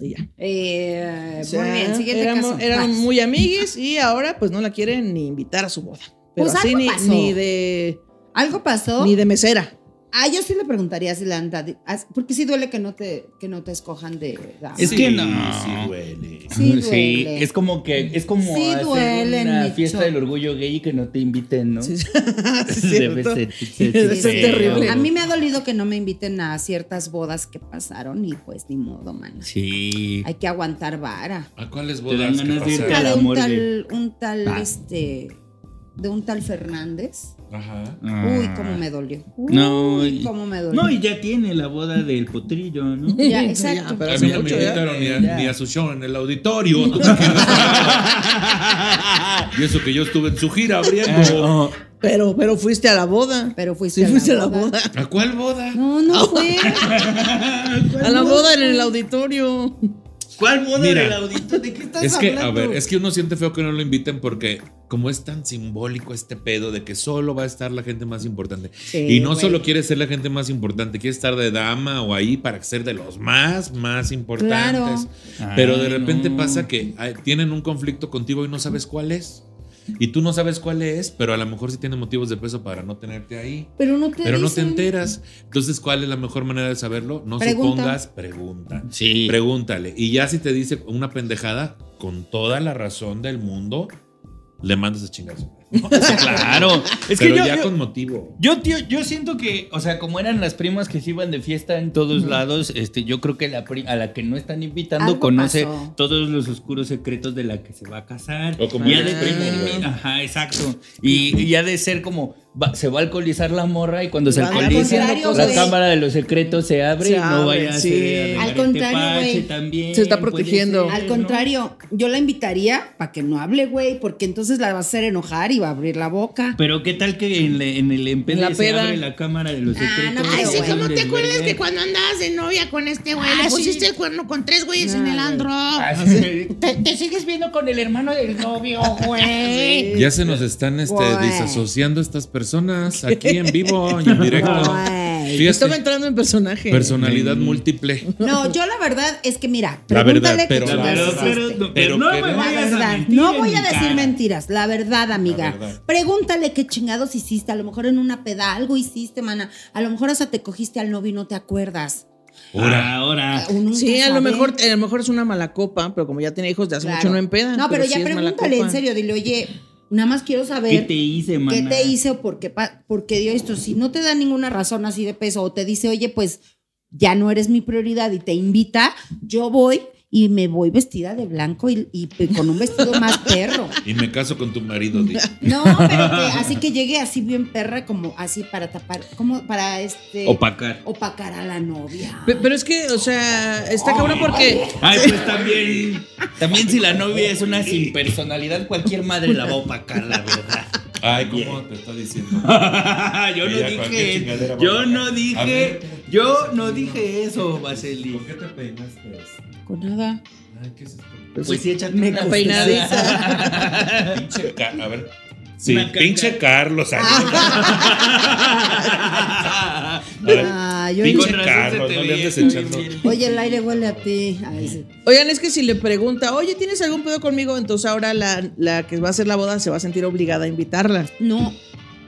Speaker 1: Y ya.
Speaker 4: Eh,
Speaker 1: O sea,
Speaker 4: muy bien, siguiente
Speaker 1: éramos-
Speaker 4: caso.
Speaker 1: Eran
Speaker 4: Vas.
Speaker 1: muy amigues y ahora pues no la quieren ni invitar a su boda. Pero
Speaker 4: Pues
Speaker 1: así
Speaker 4: algo
Speaker 1: ni,
Speaker 4: pasó.
Speaker 1: ni de,
Speaker 4: Algo pasó.
Speaker 1: ni de mesera.
Speaker 4: Ah, yo sí le preguntaría si la han dado. Porque sí duele que no te, que no te escojan de dama.
Speaker 5: Es
Speaker 3: Sí,
Speaker 5: que no.
Speaker 3: Sí, duele.
Speaker 4: Sí, duele.
Speaker 5: es como que es como
Speaker 4: Sí
Speaker 5: hacer
Speaker 4: duele,
Speaker 5: una
Speaker 4: Nicho.
Speaker 5: fiesta del orgullo gay y que no te inviten, ¿no?
Speaker 1: Sí, sí,
Speaker 5: Debe
Speaker 1: cierto.
Speaker 5: ser-
Speaker 1: Debe ser
Speaker 5: sí,
Speaker 1: terrible.
Speaker 4: A mí me ha dolido que no me inviten a ciertas bodas que pasaron y pues ni modo, man.
Speaker 5: Sí.
Speaker 4: Hay que aguantar vara.
Speaker 3: ¿A cuáles
Speaker 5: Te dan
Speaker 3: bodas? que
Speaker 5: ganas de irte
Speaker 3: pasaron?
Speaker 5: a
Speaker 4: de
Speaker 5: la
Speaker 4: un
Speaker 5: morgue.
Speaker 4: tal, un tal,
Speaker 5: Ah.
Speaker 4: este, de un tal Fernández.
Speaker 3: Ajá.
Speaker 4: Uy, cómo me dolió. Uy,
Speaker 5: Ah. No, y-
Speaker 4: cómo me dolió.
Speaker 5: Ah. No, y ya tiene la boda del potrillo, ¿no?
Speaker 4: Ya, exacto.
Speaker 1: pero
Speaker 3: A
Speaker 1: hace
Speaker 3: mí no me
Speaker 1: mucho, ¿eh?
Speaker 3: invitaron ni a,
Speaker 5: Ya.
Speaker 3: ni a su show en el auditorio. y eso que yo estuve en su gira abriendo.
Speaker 5: Ah,
Speaker 1: Pero, pero fuiste a la boda.
Speaker 4: Pero fuiste
Speaker 1: sí,
Speaker 4: a la
Speaker 1: fuiste a la
Speaker 4: boda.
Speaker 1: boda.
Speaker 3: ¿A cuál boda?
Speaker 4: No, no fue.
Speaker 1: A la boda en el auditorio.
Speaker 5: ¿Cuál boda
Speaker 3: Mira,
Speaker 5: del auditor? ¿De qué estás
Speaker 3: Es que, a
Speaker 5: hablando?
Speaker 3: ver, es que uno siente feo que no lo inviten porque como es tan simbólico este pedo de que solo va a estar la gente más importante.
Speaker 4: Sí,
Speaker 3: y no
Speaker 4: güey.
Speaker 3: solo quiere ser la gente más importante, quiere estar de dama o ahí para ser de los más, más importantes. Pero de
Speaker 5: Ay,
Speaker 3: repente
Speaker 5: no.
Speaker 3: pasa que ay, tienen un conflicto contigo y no sabes cuál es. Y tú no sabes cuál es, pero a lo mejor sí tienen motivos de peso para no tenerte ahí.
Speaker 4: Pero no te
Speaker 3: Pero no te
Speaker 4: dicen.
Speaker 3: enteras. Entonces, ¿cuál es la mejor manera de saberlo? No
Speaker 4: Pregunta.
Speaker 3: supongas, pregunta.
Speaker 5: Sí.
Speaker 3: Pregúntale. Y ya si te dice una pendejada, con toda la razón del mundo, le mandas a chingazo.
Speaker 5: Claro. Es que
Speaker 3: Pero
Speaker 5: yo,
Speaker 3: ya
Speaker 5: yo-
Speaker 3: con motivo.
Speaker 5: Yo, tío, yo siento que, o sea, como eran las primas que se iban de fiesta en todos lados, este, yo creo que la pri- a la que no están invitando
Speaker 4: Algo
Speaker 5: conoce
Speaker 4: pasó.
Speaker 5: todos los oscuros secretos de la que se va a casar.
Speaker 3: O como
Speaker 5: Y ha
Speaker 3: los
Speaker 5: de
Speaker 3: primos,
Speaker 5: tener-
Speaker 3: güey.
Speaker 5: Ajá, exacto. Y, y ha de ser como, va- se va a alcoholizar la morra y cuando se
Speaker 1: Al
Speaker 5: alcoholice,
Speaker 4: contrario,
Speaker 5: la
Speaker 4: güey.
Speaker 5: cámara de los secretos se abre
Speaker 1: Se
Speaker 5: y no
Speaker 1: abre,
Speaker 5: vaya a
Speaker 1: sí.
Speaker 5: ser.
Speaker 4: Al contrario, güey.
Speaker 5: también.
Speaker 1: Se está
Speaker 5: puede
Speaker 1: protegiendo.
Speaker 5: ser,
Speaker 4: Al
Speaker 5: ¿no?
Speaker 4: contrario, yo la invitaría para que no hable, güey, porque entonces la vas a hacer enojar y va a abrir la boca.
Speaker 5: Pero qué tal que en, le- en el empede
Speaker 1: En la
Speaker 5: se
Speaker 1: peda.
Speaker 5: abre la cámara de los
Speaker 4: Ah, no
Speaker 5: secretos.
Speaker 4: creo, Ay, sí, güey. Ah, ¿cómo
Speaker 5: te acuerdas que
Speaker 6: cuando andabas de novia con este güey, le pusiste el cuerno con tres güeyes en el andro.
Speaker 5: Ah,
Speaker 6: Te, te sigues viendo con el hermano del novio, güey.
Speaker 3: Ya se nos están este,
Speaker 4: Güey.
Speaker 3: disasociando estas personas aquí en vivo y en directo.
Speaker 4: Güey.
Speaker 3: Fíjate.
Speaker 1: Estaba entrando en personaje.
Speaker 3: Personalidad múltiple.
Speaker 4: No, yo la verdad es que mira,
Speaker 3: La
Speaker 4: pregúntale
Speaker 3: verdad,
Speaker 4: que
Speaker 3: pero
Speaker 4: tú
Speaker 3: la
Speaker 4: la
Speaker 3: verdad,
Speaker 4: hiciste.
Speaker 3: Pero-
Speaker 5: no
Speaker 3: pero-
Speaker 5: me
Speaker 4: La
Speaker 5: vayas a
Speaker 4: verdad,
Speaker 5: mentir
Speaker 4: no
Speaker 5: en
Speaker 4: voy a
Speaker 5: mi
Speaker 4: decir
Speaker 5: cara.
Speaker 4: mentiras, la verdad, amiga.
Speaker 3: verdad.
Speaker 4: Pregúntale qué chingados hiciste, a lo mejor en una peda algo hiciste, mana. A lo mejor hasta te cogiste al novio y no te acuerdas.
Speaker 5: Ah.
Speaker 3: Ahora,
Speaker 5: Ahora.
Speaker 4: Uno nunca
Speaker 1: Sí, a lo
Speaker 4: sabe.
Speaker 1: mejor, a lo mejor es una mala copa, pero como ya tiene hijos de hace
Speaker 4: Claro.
Speaker 1: mucho no empedan.
Speaker 4: No, pero,
Speaker 1: sí
Speaker 4: ya
Speaker 1: es mala
Speaker 4: pregúntale
Speaker 1: copa.
Speaker 4: en serio, dile, "Oye, nada más quiero
Speaker 5: ¿Qué
Speaker 4: saber
Speaker 5: te hice, mana?
Speaker 4: ¿Qué te hice o por qué, pa- por qué dio esto? Si no te da ninguna razón así de peso o te dice, oye, pues ya no eres mi prioridad y te invita, yo voy y me voy vestida de blanco y, y pe- con un vestido más perro.
Speaker 3: y me caso con tu marido. di.
Speaker 4: No, pero que- así que llegué así bien perra, como así para tapar, como para este.
Speaker 5: Opacar.
Speaker 4: opacar a la novia.
Speaker 1: Pe- Pero es que, o sea, está cabrón porque.
Speaker 5: Ay, pues también. También si la novia es una sin personalidad, cualquier madre la va a opacar, la verdad.
Speaker 3: Ay, ¿cómo te está diciendo?
Speaker 5: yo
Speaker 3: Que
Speaker 5: no
Speaker 3: ya cualquier
Speaker 5: dije.
Speaker 3: chingadera va a
Speaker 5: Yo
Speaker 3: opacar.
Speaker 5: no
Speaker 3: A
Speaker 5: dije.
Speaker 3: ver.
Speaker 5: Yo no dije eso, Vaseli.
Speaker 3: ¿Con qué te peinaste?
Speaker 4: Con nada.
Speaker 3: Ay, ¿qué es esto?
Speaker 5: Pues sí, échate
Speaker 1: Me
Speaker 5: una
Speaker 1: costó peinadiza.
Speaker 3: Pinche Car- A ver. Sí,
Speaker 5: Una caca.
Speaker 3: pinche Carlos. ay,
Speaker 5: bostezada.
Speaker 3: a ver.
Speaker 4: Ay, oye,
Speaker 3: Pinche
Speaker 5: Con razón
Speaker 3: Carlos,
Speaker 5: se te
Speaker 3: no le
Speaker 5: veía
Speaker 3: andes
Speaker 5: bien,
Speaker 3: echando.
Speaker 5: bien.
Speaker 4: oye, el aire huele a ti. Ay, sí.
Speaker 1: Oigan, es que si le pregunta, oye, ¿tienes algún pedo conmigo? Entonces ahora la, la que va a hacer la boda se va a sentir obligada a invitarla,
Speaker 4: No,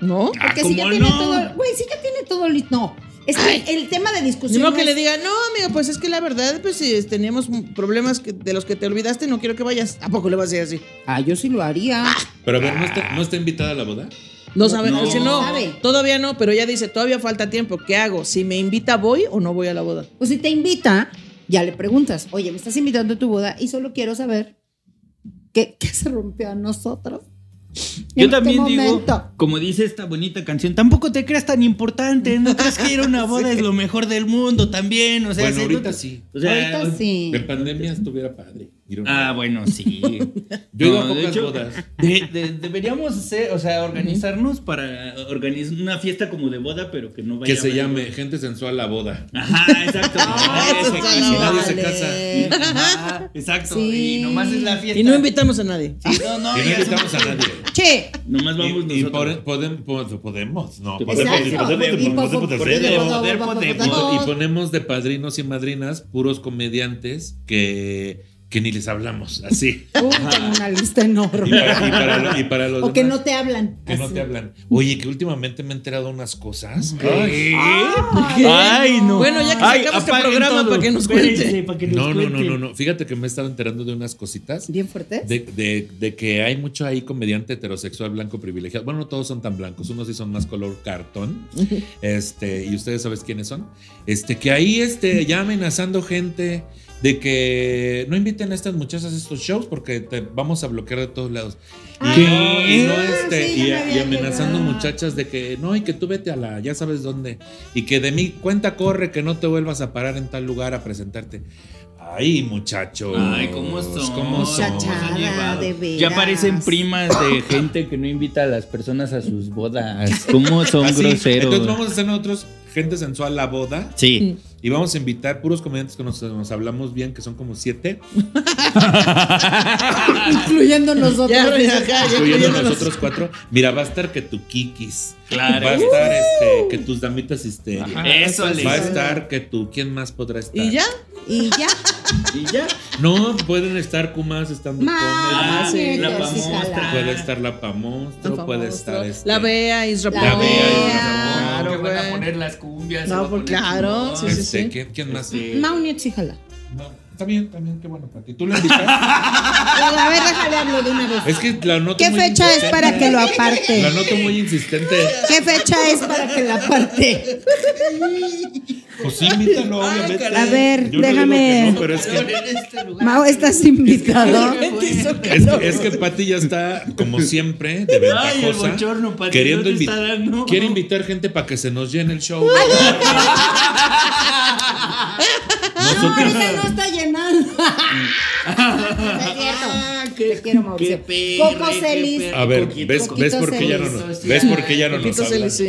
Speaker 1: ¿no?
Speaker 5: Ah,
Speaker 4: Porque si ya
Speaker 5: ¿cómo
Speaker 4: tiene
Speaker 5: no?
Speaker 4: todo. Güey, si ya tiene todo listo. No. Es que el tema de
Speaker 1: Ni
Speaker 3: pues
Speaker 4: discusión.
Speaker 1: modo
Speaker 4: no
Speaker 1: que le
Speaker 4: es-
Speaker 1: diga, no, amiga, pues es que la verdad, pues si tenemos problemas que- de los que te olvidaste, no quiero que vayas. ¿A poco le vas a decir así?
Speaker 4: Ah, yo sí lo haría.
Speaker 3: Pero a ver, ¿no está, no está invitada a la boda?
Speaker 1: No sabe,
Speaker 5: no.
Speaker 1: dice, no,
Speaker 4: Sabe.
Speaker 1: todavía no, pero ella dice, todavía falta tiempo, ¿qué hago? Si me invita, voy o no voy a la boda.
Speaker 4: Pues si te invita, ya le preguntas, oye, me estás invitando a tu boda y solo quiero saber qué, qué se rompió a nosotros.
Speaker 5: Yo
Speaker 4: En
Speaker 5: también
Speaker 4: este
Speaker 5: digo,
Speaker 4: momento.
Speaker 5: como dice esta bonita canción, tampoco te creas tan importante, no creas que ir a una boda es lo mejor del mundo también, o sea,
Speaker 3: Bueno,
Speaker 5: si-
Speaker 3: ahorita sí.
Speaker 5: o sea,
Speaker 4: Ahorita sí.
Speaker 3: De pandemia estuviera padre. ir a una-
Speaker 5: Ah, bueno, sí.
Speaker 3: Yo he ido a
Speaker 5: No, de
Speaker 3: pocas
Speaker 5: hecho,
Speaker 3: bodas.
Speaker 5: de- de- deberíamos hacer, o sea, organizarnos para organizar una fiesta como de boda, pero que no vaya
Speaker 3: Que se
Speaker 5: a haber-
Speaker 3: llame Gente Sensual la boda.
Speaker 5: Ajá, exacto.
Speaker 4: Ah,
Speaker 5: Ese,
Speaker 4: eso
Speaker 5: que
Speaker 4: está
Speaker 5: si nadie se
Speaker 4: vale.
Speaker 5: casa. Ajá, exacto.
Speaker 4: Sí.
Speaker 5: Y nomás es la fiesta.
Speaker 1: Y no invitamos a nadie.
Speaker 5: Sí, no, no,
Speaker 3: Y no
Speaker 5: ya
Speaker 3: invitamos a
Speaker 5: somos-
Speaker 3: nadie.
Speaker 4: Che,
Speaker 5: Nomás vamos
Speaker 3: Y, y
Speaker 5: nosotros.
Speaker 3: pode- podem- pod- podemos, no,
Speaker 5: Exacto.
Speaker 3: podemos,
Speaker 4: Exacto.
Speaker 3: podemos,
Speaker 4: Y
Speaker 3: podemos,
Speaker 4: poco-
Speaker 3: podemos hacer.
Speaker 5: podemos,
Speaker 4: podemos,
Speaker 5: podemos.
Speaker 3: Y
Speaker 4: podemos.
Speaker 3: ponemos de padrinos y madrinas puros comediantes que, que ni les hablamos, así.
Speaker 4: Uy, tengo una lista enorme.
Speaker 3: Y para, y para lo- y para los
Speaker 4: o que
Speaker 3: demás,
Speaker 4: no te hablan.
Speaker 3: que no
Speaker 4: Así.
Speaker 3: te hablan. Oye, que últimamente me he enterado unas cosas.
Speaker 5: ¿Qué?
Speaker 4: Ay,
Speaker 5: Ay, no.
Speaker 1: Bueno, ya que
Speaker 5: Ay,
Speaker 1: se acaba este
Speaker 5: apaguen
Speaker 1: programa,
Speaker 5: todo.
Speaker 1: para que nos
Speaker 5: Espérense,
Speaker 1: cuente.
Speaker 5: para que nos
Speaker 3: No, no, no,
Speaker 5: cuente.
Speaker 3: no, no. Fíjate que me he estado enterando de unas cositas.
Speaker 4: Bien fuerte.
Speaker 3: De, de- de que hay mucho ahí comediante heterosexual blanco privilegiado. Bueno, no todos son tan blancos, unos sí son más color cartón. Este, y ustedes saben quiénes son. Este, que ahí este, ya amenazando gente de que no inviten a estas muchachas a estos shows porque te vamos a bloquear de todos lados. Y,
Speaker 4: Ah,
Speaker 3: y no,
Speaker 4: sí,
Speaker 3: este,
Speaker 4: ya
Speaker 3: y-
Speaker 4: me había
Speaker 3: y amenazando
Speaker 4: llegado.
Speaker 3: muchachas de que no, y que tú vete a la, ya sabes dónde, y que de mi cuenta corre que no te vuelvas a parar en tal lugar a presentarte. Ay, muchachos.
Speaker 5: Ay, ¿cómo son?
Speaker 3: ¿Cómo son?
Speaker 4: Muchachada,
Speaker 5: Son llevados.
Speaker 4: de veras.
Speaker 5: Ya parecen primas de gente que no invita a las personas a sus bodas. ¿Cómo son
Speaker 3: Así.
Speaker 5: groseros?
Speaker 3: Entonces vamos a hacer nosotros gente sensual la boda
Speaker 5: Sí.
Speaker 3: y vamos a invitar puros comediantes que nos, nos hablamos bien, que son como siete,
Speaker 4: Incluyendo nosotros.
Speaker 1: Ya, ya, ya, ya,
Speaker 3: incluyendo
Speaker 1: ya, ya, ya.
Speaker 3: nosotros cuatro. Mira, va a estar que tu kikis,
Speaker 5: Claro.
Speaker 3: va a
Speaker 4: Uh.
Speaker 3: estar este, que tus damitas histéricas,
Speaker 5: Ajá, Eso le
Speaker 3: va a estar que tu, ¿quién más podrá estar?
Speaker 1: ¿Y ya?
Speaker 4: Y ya.
Speaker 5: Y ya.
Speaker 3: No, pueden estar Kumas, están
Speaker 4: Más.
Speaker 5: Ah,
Speaker 4: sí,
Speaker 5: la
Speaker 4: sí, sí,
Speaker 5: pamostra.
Speaker 3: Puede estar la Pamostro, puede estar este,
Speaker 1: La Bea, Isra
Speaker 4: La
Speaker 1: Pavón.
Speaker 3: Bea, Isra
Speaker 4: Claro,
Speaker 5: Claro,
Speaker 1: Claro,
Speaker 5: que van a
Speaker 1: güey.
Speaker 5: poner las cumbias.
Speaker 1: No,
Speaker 5: se va a
Speaker 1: pues,
Speaker 5: poner
Speaker 1: claro, sí,
Speaker 5: chingón.
Speaker 1: sí,
Speaker 3: este,
Speaker 1: sí.
Speaker 3: ¿quién, quién más?
Speaker 5: Este,
Speaker 4: Mauniet sí jala.
Speaker 3: No, está bien, también, qué bueno para ti. ¿Tú le invitas?
Speaker 4: A ver, déjale hablo de una vez.
Speaker 3: es que la noto
Speaker 4: ¿Qué
Speaker 3: muy
Speaker 4: fecha es
Speaker 3: insistente.
Speaker 4: para que lo
Speaker 3: La
Speaker 4: aparte?
Speaker 3: noto muy insistente.
Speaker 4: ¿Qué fecha es para que la aparte?
Speaker 3: Pues sí, invítalo, obviamente.
Speaker 4: A ver,
Speaker 3: Yo no
Speaker 4: déjame-
Speaker 3: digo que no, pero es que,
Speaker 4: Mao, estás invitado.
Speaker 3: es, que- es que Pati ya está, como siempre, de
Speaker 5: Ay, el
Speaker 3: ventajosa.
Speaker 5: bochorno, Pati,
Speaker 3: queriendo
Speaker 5: no te está
Speaker 3: invi-
Speaker 5: dando.
Speaker 3: Quiere invitar gente para que se nos llene el show.
Speaker 4: No,
Speaker 3: Nosotros-
Speaker 4: ahorita no está llenando.
Speaker 3: Ah,
Speaker 6: No es cierto.
Speaker 4: Te quiero, Mauricio. Coco Celis.
Speaker 3: A ver, ¿ves,
Speaker 4: Coquito
Speaker 3: ves por
Speaker 4: se
Speaker 3: qué ya no
Speaker 4: hizo,
Speaker 3: nos,
Speaker 4: sí.
Speaker 3: ¿ves por qué ya no nos
Speaker 1: Coquito se le-
Speaker 3: hablan?
Speaker 1: sí.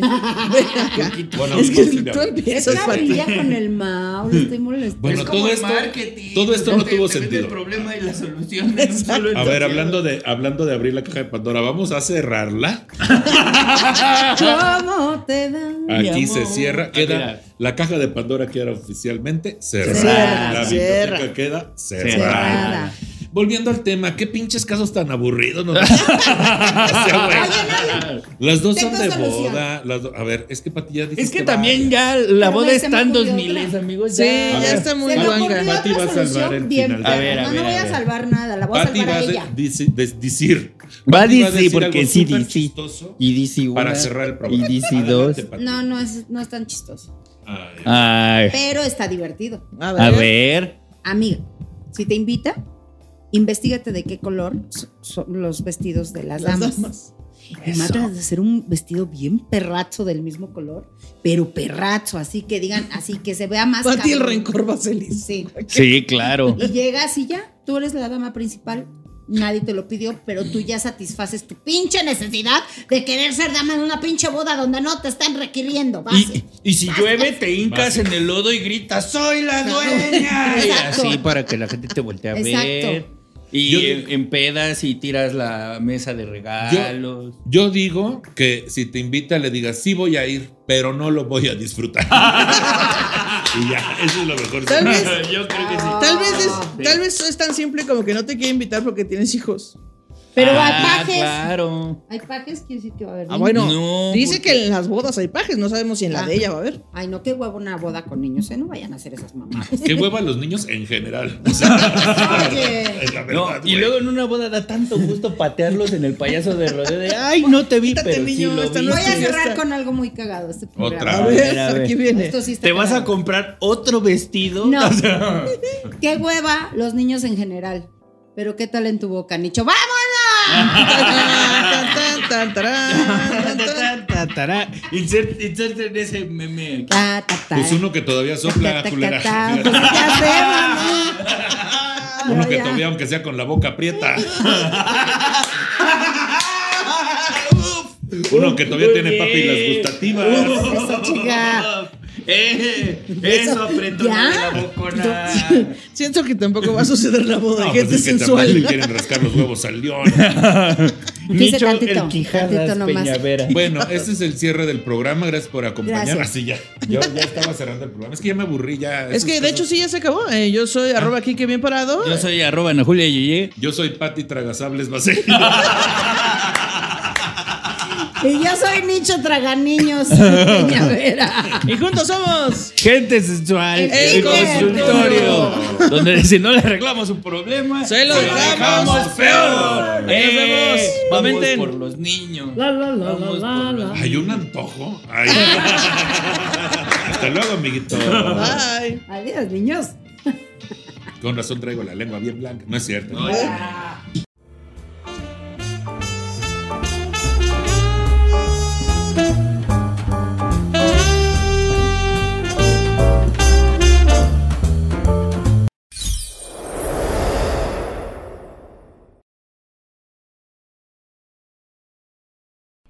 Speaker 3: Bueno,
Speaker 1: Es que
Speaker 3: no, sí,
Speaker 1: tú
Speaker 3: no.
Speaker 1: empiezas,
Speaker 4: Esta
Speaker 1: Pati.
Speaker 4: brilla con el Mau, lo estoy molestando.
Speaker 3: Bueno,
Speaker 5: Es como
Speaker 3: todo
Speaker 5: el
Speaker 3: esto,
Speaker 5: marketing,
Speaker 3: todo esto no
Speaker 5: te-
Speaker 3: tuvo
Speaker 5: te vende
Speaker 3: sentido.
Speaker 5: El problema y la solución. en un solo
Speaker 3: A ver,
Speaker 5: ensayo.
Speaker 3: hablando de, hablando de abrir la caja de Pandora, vamos a cerrarla.
Speaker 4: ¿Cómo te dan?
Speaker 3: Aquí
Speaker 5: amor.
Speaker 3: se cierra, queda
Speaker 5: mira.
Speaker 3: la caja de Pandora queda oficialmente cerrada.
Speaker 1: Cerrada,
Speaker 3: la
Speaker 1: cierra.
Speaker 3: biblioteca queda cerrada.
Speaker 4: Cerrada.
Speaker 3: Volviendo al tema, qué pinches casos tan aburridos. nos- O sea, güey, las dos son
Speaker 4: tengo
Speaker 3: de
Speaker 4: solución.
Speaker 3: boda. las do- A ver, es que Pati ya dices
Speaker 5: Es que
Speaker 3: va-
Speaker 5: también ya la
Speaker 4: Pero
Speaker 5: boda
Speaker 4: me- se
Speaker 5: está
Speaker 4: me
Speaker 5: en
Speaker 4: ocurrió
Speaker 5: 2000,
Speaker 4: otra.
Speaker 5: amigos.
Speaker 1: Sí,
Speaker 3: A
Speaker 1: ya
Speaker 3: ver,
Speaker 1: está muy
Speaker 4: Se me ocurrió
Speaker 1: guanga.
Speaker 3: guanga. Pati va
Speaker 4: otra
Speaker 3: a salvar
Speaker 4: solución
Speaker 3: el
Speaker 4: bien
Speaker 3: final.
Speaker 4: perra.
Speaker 3: A
Speaker 5: ver, a
Speaker 4: no,
Speaker 5: ver,
Speaker 4: no voy
Speaker 5: a
Speaker 4: a
Speaker 5: ver.
Speaker 4: salvar nada, la voy a
Speaker 3: Pati
Speaker 4: salvar
Speaker 3: va
Speaker 4: a
Speaker 3: a de-
Speaker 4: ella.
Speaker 3: dici- des- decir.
Speaker 7: Va a
Speaker 3: Pati va
Speaker 7: DC,
Speaker 3: a decir
Speaker 7: porque
Speaker 3: algo
Speaker 7: sí,
Speaker 3: súper
Speaker 7: DC.
Speaker 3: chistoso
Speaker 7: Y DC 1.
Speaker 3: Para cerrar el programa.
Speaker 7: Y DC
Speaker 3: Adelante,
Speaker 7: 2.
Speaker 3: Pati.
Speaker 4: No, no es, no es tan chistoso.
Speaker 3: Ay,
Speaker 7: Ay,
Speaker 4: Pero está divertido.
Speaker 1: A ver.
Speaker 7: a ver.
Speaker 4: Amiga, si te invita, investigate de qué color so- son los vestidos de las,
Speaker 1: Las
Speaker 4: damas.
Speaker 1: damas.
Speaker 4: Y Matas de hacer un vestido bien perrazo del mismo color, pero perrazo, así que digan, así que se vea más.
Speaker 1: Pati el
Speaker 4: cabrón.
Speaker 1: rencor va a salir.
Speaker 4: Sí.
Speaker 7: Sí, claro.
Speaker 4: Y llegas y ya, tú eres la dama principal, nadie te lo pidió, pero tú ya satisfaces tu pinche necesidad de querer ser dama en una pinche boda donde no te están requiriendo. vas.
Speaker 5: Y, y si llueve, te hincas
Speaker 3: Básico.
Speaker 5: en el lodo y gritas, ¡Soy la dueña!
Speaker 7: Y
Speaker 4: Exacto.
Speaker 7: así para que la gente te voltee a ver.
Speaker 4: Exacto.
Speaker 7: Y
Speaker 3: Yo-
Speaker 7: en- empedas y tiras la mesa de regalos.
Speaker 3: Yo digo que si te invita le digas sí voy a ir, pero no lo voy a disfrutar. y ya, eso es lo mejor.
Speaker 1: Tal vez,
Speaker 5: Yo creo que sí.
Speaker 1: tal vez es, tal vez es tan simple como que no te quiere invitar porque tienes hijos.
Speaker 4: Pero
Speaker 7: Ah,
Speaker 4: hay pajes.
Speaker 7: claro.
Speaker 4: Hay pajes, quiere decir que va a haber.
Speaker 1: Ah,
Speaker 4: niños.
Speaker 1: bueno,
Speaker 7: No,
Speaker 1: dice
Speaker 7: porque-
Speaker 1: que en las bodas hay pajes, no sabemos si en la
Speaker 4: Ah.
Speaker 1: de ella va a haber.
Speaker 4: Ay, no, qué huevo una boda con niños, ¿eh? No vayan a hacer esas mamás.
Speaker 3: Qué hueva a los niños en general. O sea,
Speaker 4: Oye.
Speaker 3: es la
Speaker 7: No,
Speaker 3: verdad,
Speaker 7: y
Speaker 3: güey.
Speaker 7: luego en una boda da tanto gusto patearlos en el payaso de rodeo de ay, no te vi,
Speaker 1: Quítate,
Speaker 7: pero sí
Speaker 1: niño,
Speaker 7: lo
Speaker 1: esta
Speaker 7: vi".
Speaker 1: no
Speaker 4: Voy a
Speaker 1: sí, ya
Speaker 4: cerrar
Speaker 1: está.
Speaker 4: con algo muy cagado este programa.
Speaker 3: Otra.
Speaker 1: A
Speaker 3: A
Speaker 1: ver,
Speaker 7: ver, a ver.
Speaker 1: aquí viene.
Speaker 4: Esto sí está
Speaker 5: ¿Te vas a
Speaker 4: cagado.
Speaker 5: comprar otro vestido?
Speaker 4: No. qué hueva los niños en general. Pero qué tal en tu boca, Nicho. ¡Vámonos!
Speaker 1: Tan, tan, tan, tarán, tan, tan.
Speaker 5: Tatará. Insert- Inserten ese meme aquí.
Speaker 4: Ta, ta, ta.
Speaker 3: Pues uno que todavía
Speaker 4: Ta, ta,
Speaker 3: sopla,
Speaker 4: ta,
Speaker 3: culera.
Speaker 4: ta. Pues, ¿qué hacemos, no?
Speaker 3: Uno
Speaker 4: No,
Speaker 3: que
Speaker 4: ya.
Speaker 3: todavía, aunque sea con la boca aprieta.
Speaker 1: Ah,
Speaker 3: Uno que todavía
Speaker 5: Muy
Speaker 3: tiene
Speaker 5: bien.
Speaker 3: papilas gustativas.
Speaker 4: Eso, chica.
Speaker 5: Eh, eso apretó
Speaker 4: ¿Ya?
Speaker 5: la bocona.
Speaker 1: Siento que tampoco va a suceder la boda de
Speaker 3: No,
Speaker 1: gente
Speaker 3: pues es que tampoco
Speaker 1: sensual.
Speaker 3: le quieren rascar los huevos al león.
Speaker 4: Dice
Speaker 7: Nicho,
Speaker 4: tantito,
Speaker 7: el Quijadas
Speaker 4: tantito nomás.
Speaker 7: Peñavera.
Speaker 3: Bueno, este es el cierre del programa. Gracias por acompañarnos.
Speaker 4: Gracias.
Speaker 3: Así ya. Yo ya estaba cerrando el programa. Es que ya me aburrí ya.
Speaker 1: Es
Speaker 3: Esos
Speaker 1: que de
Speaker 3: casos-
Speaker 1: hecho sí ya se acabó. Eh, yo soy
Speaker 3: Ah.
Speaker 1: arroba aquí que bien parado.
Speaker 7: Yo soy arroba Ana Julia Yeye.
Speaker 3: Yo soy Pati Tragasables Bacé.
Speaker 4: Y yo soy Nicho Traganiños Peñavera.
Speaker 1: Y juntos somos.
Speaker 7: Gente sensual,
Speaker 4: El
Speaker 7: el
Speaker 1: consultorio.
Speaker 7: consultorio. Donde si no le arreglamos un problema,
Speaker 1: Se lo dejamos
Speaker 7: peor.
Speaker 1: Ahí nos vemos.
Speaker 7: Eh, vamos
Speaker 1: Comenten.
Speaker 7: por los niños. Vamos por los
Speaker 3: Hay un antojo. Ay. Hasta luego, amiguito.
Speaker 1: Bye.
Speaker 4: Adiós, niños.
Speaker 3: Con razón traigo la lengua bien blanca. No es cierto.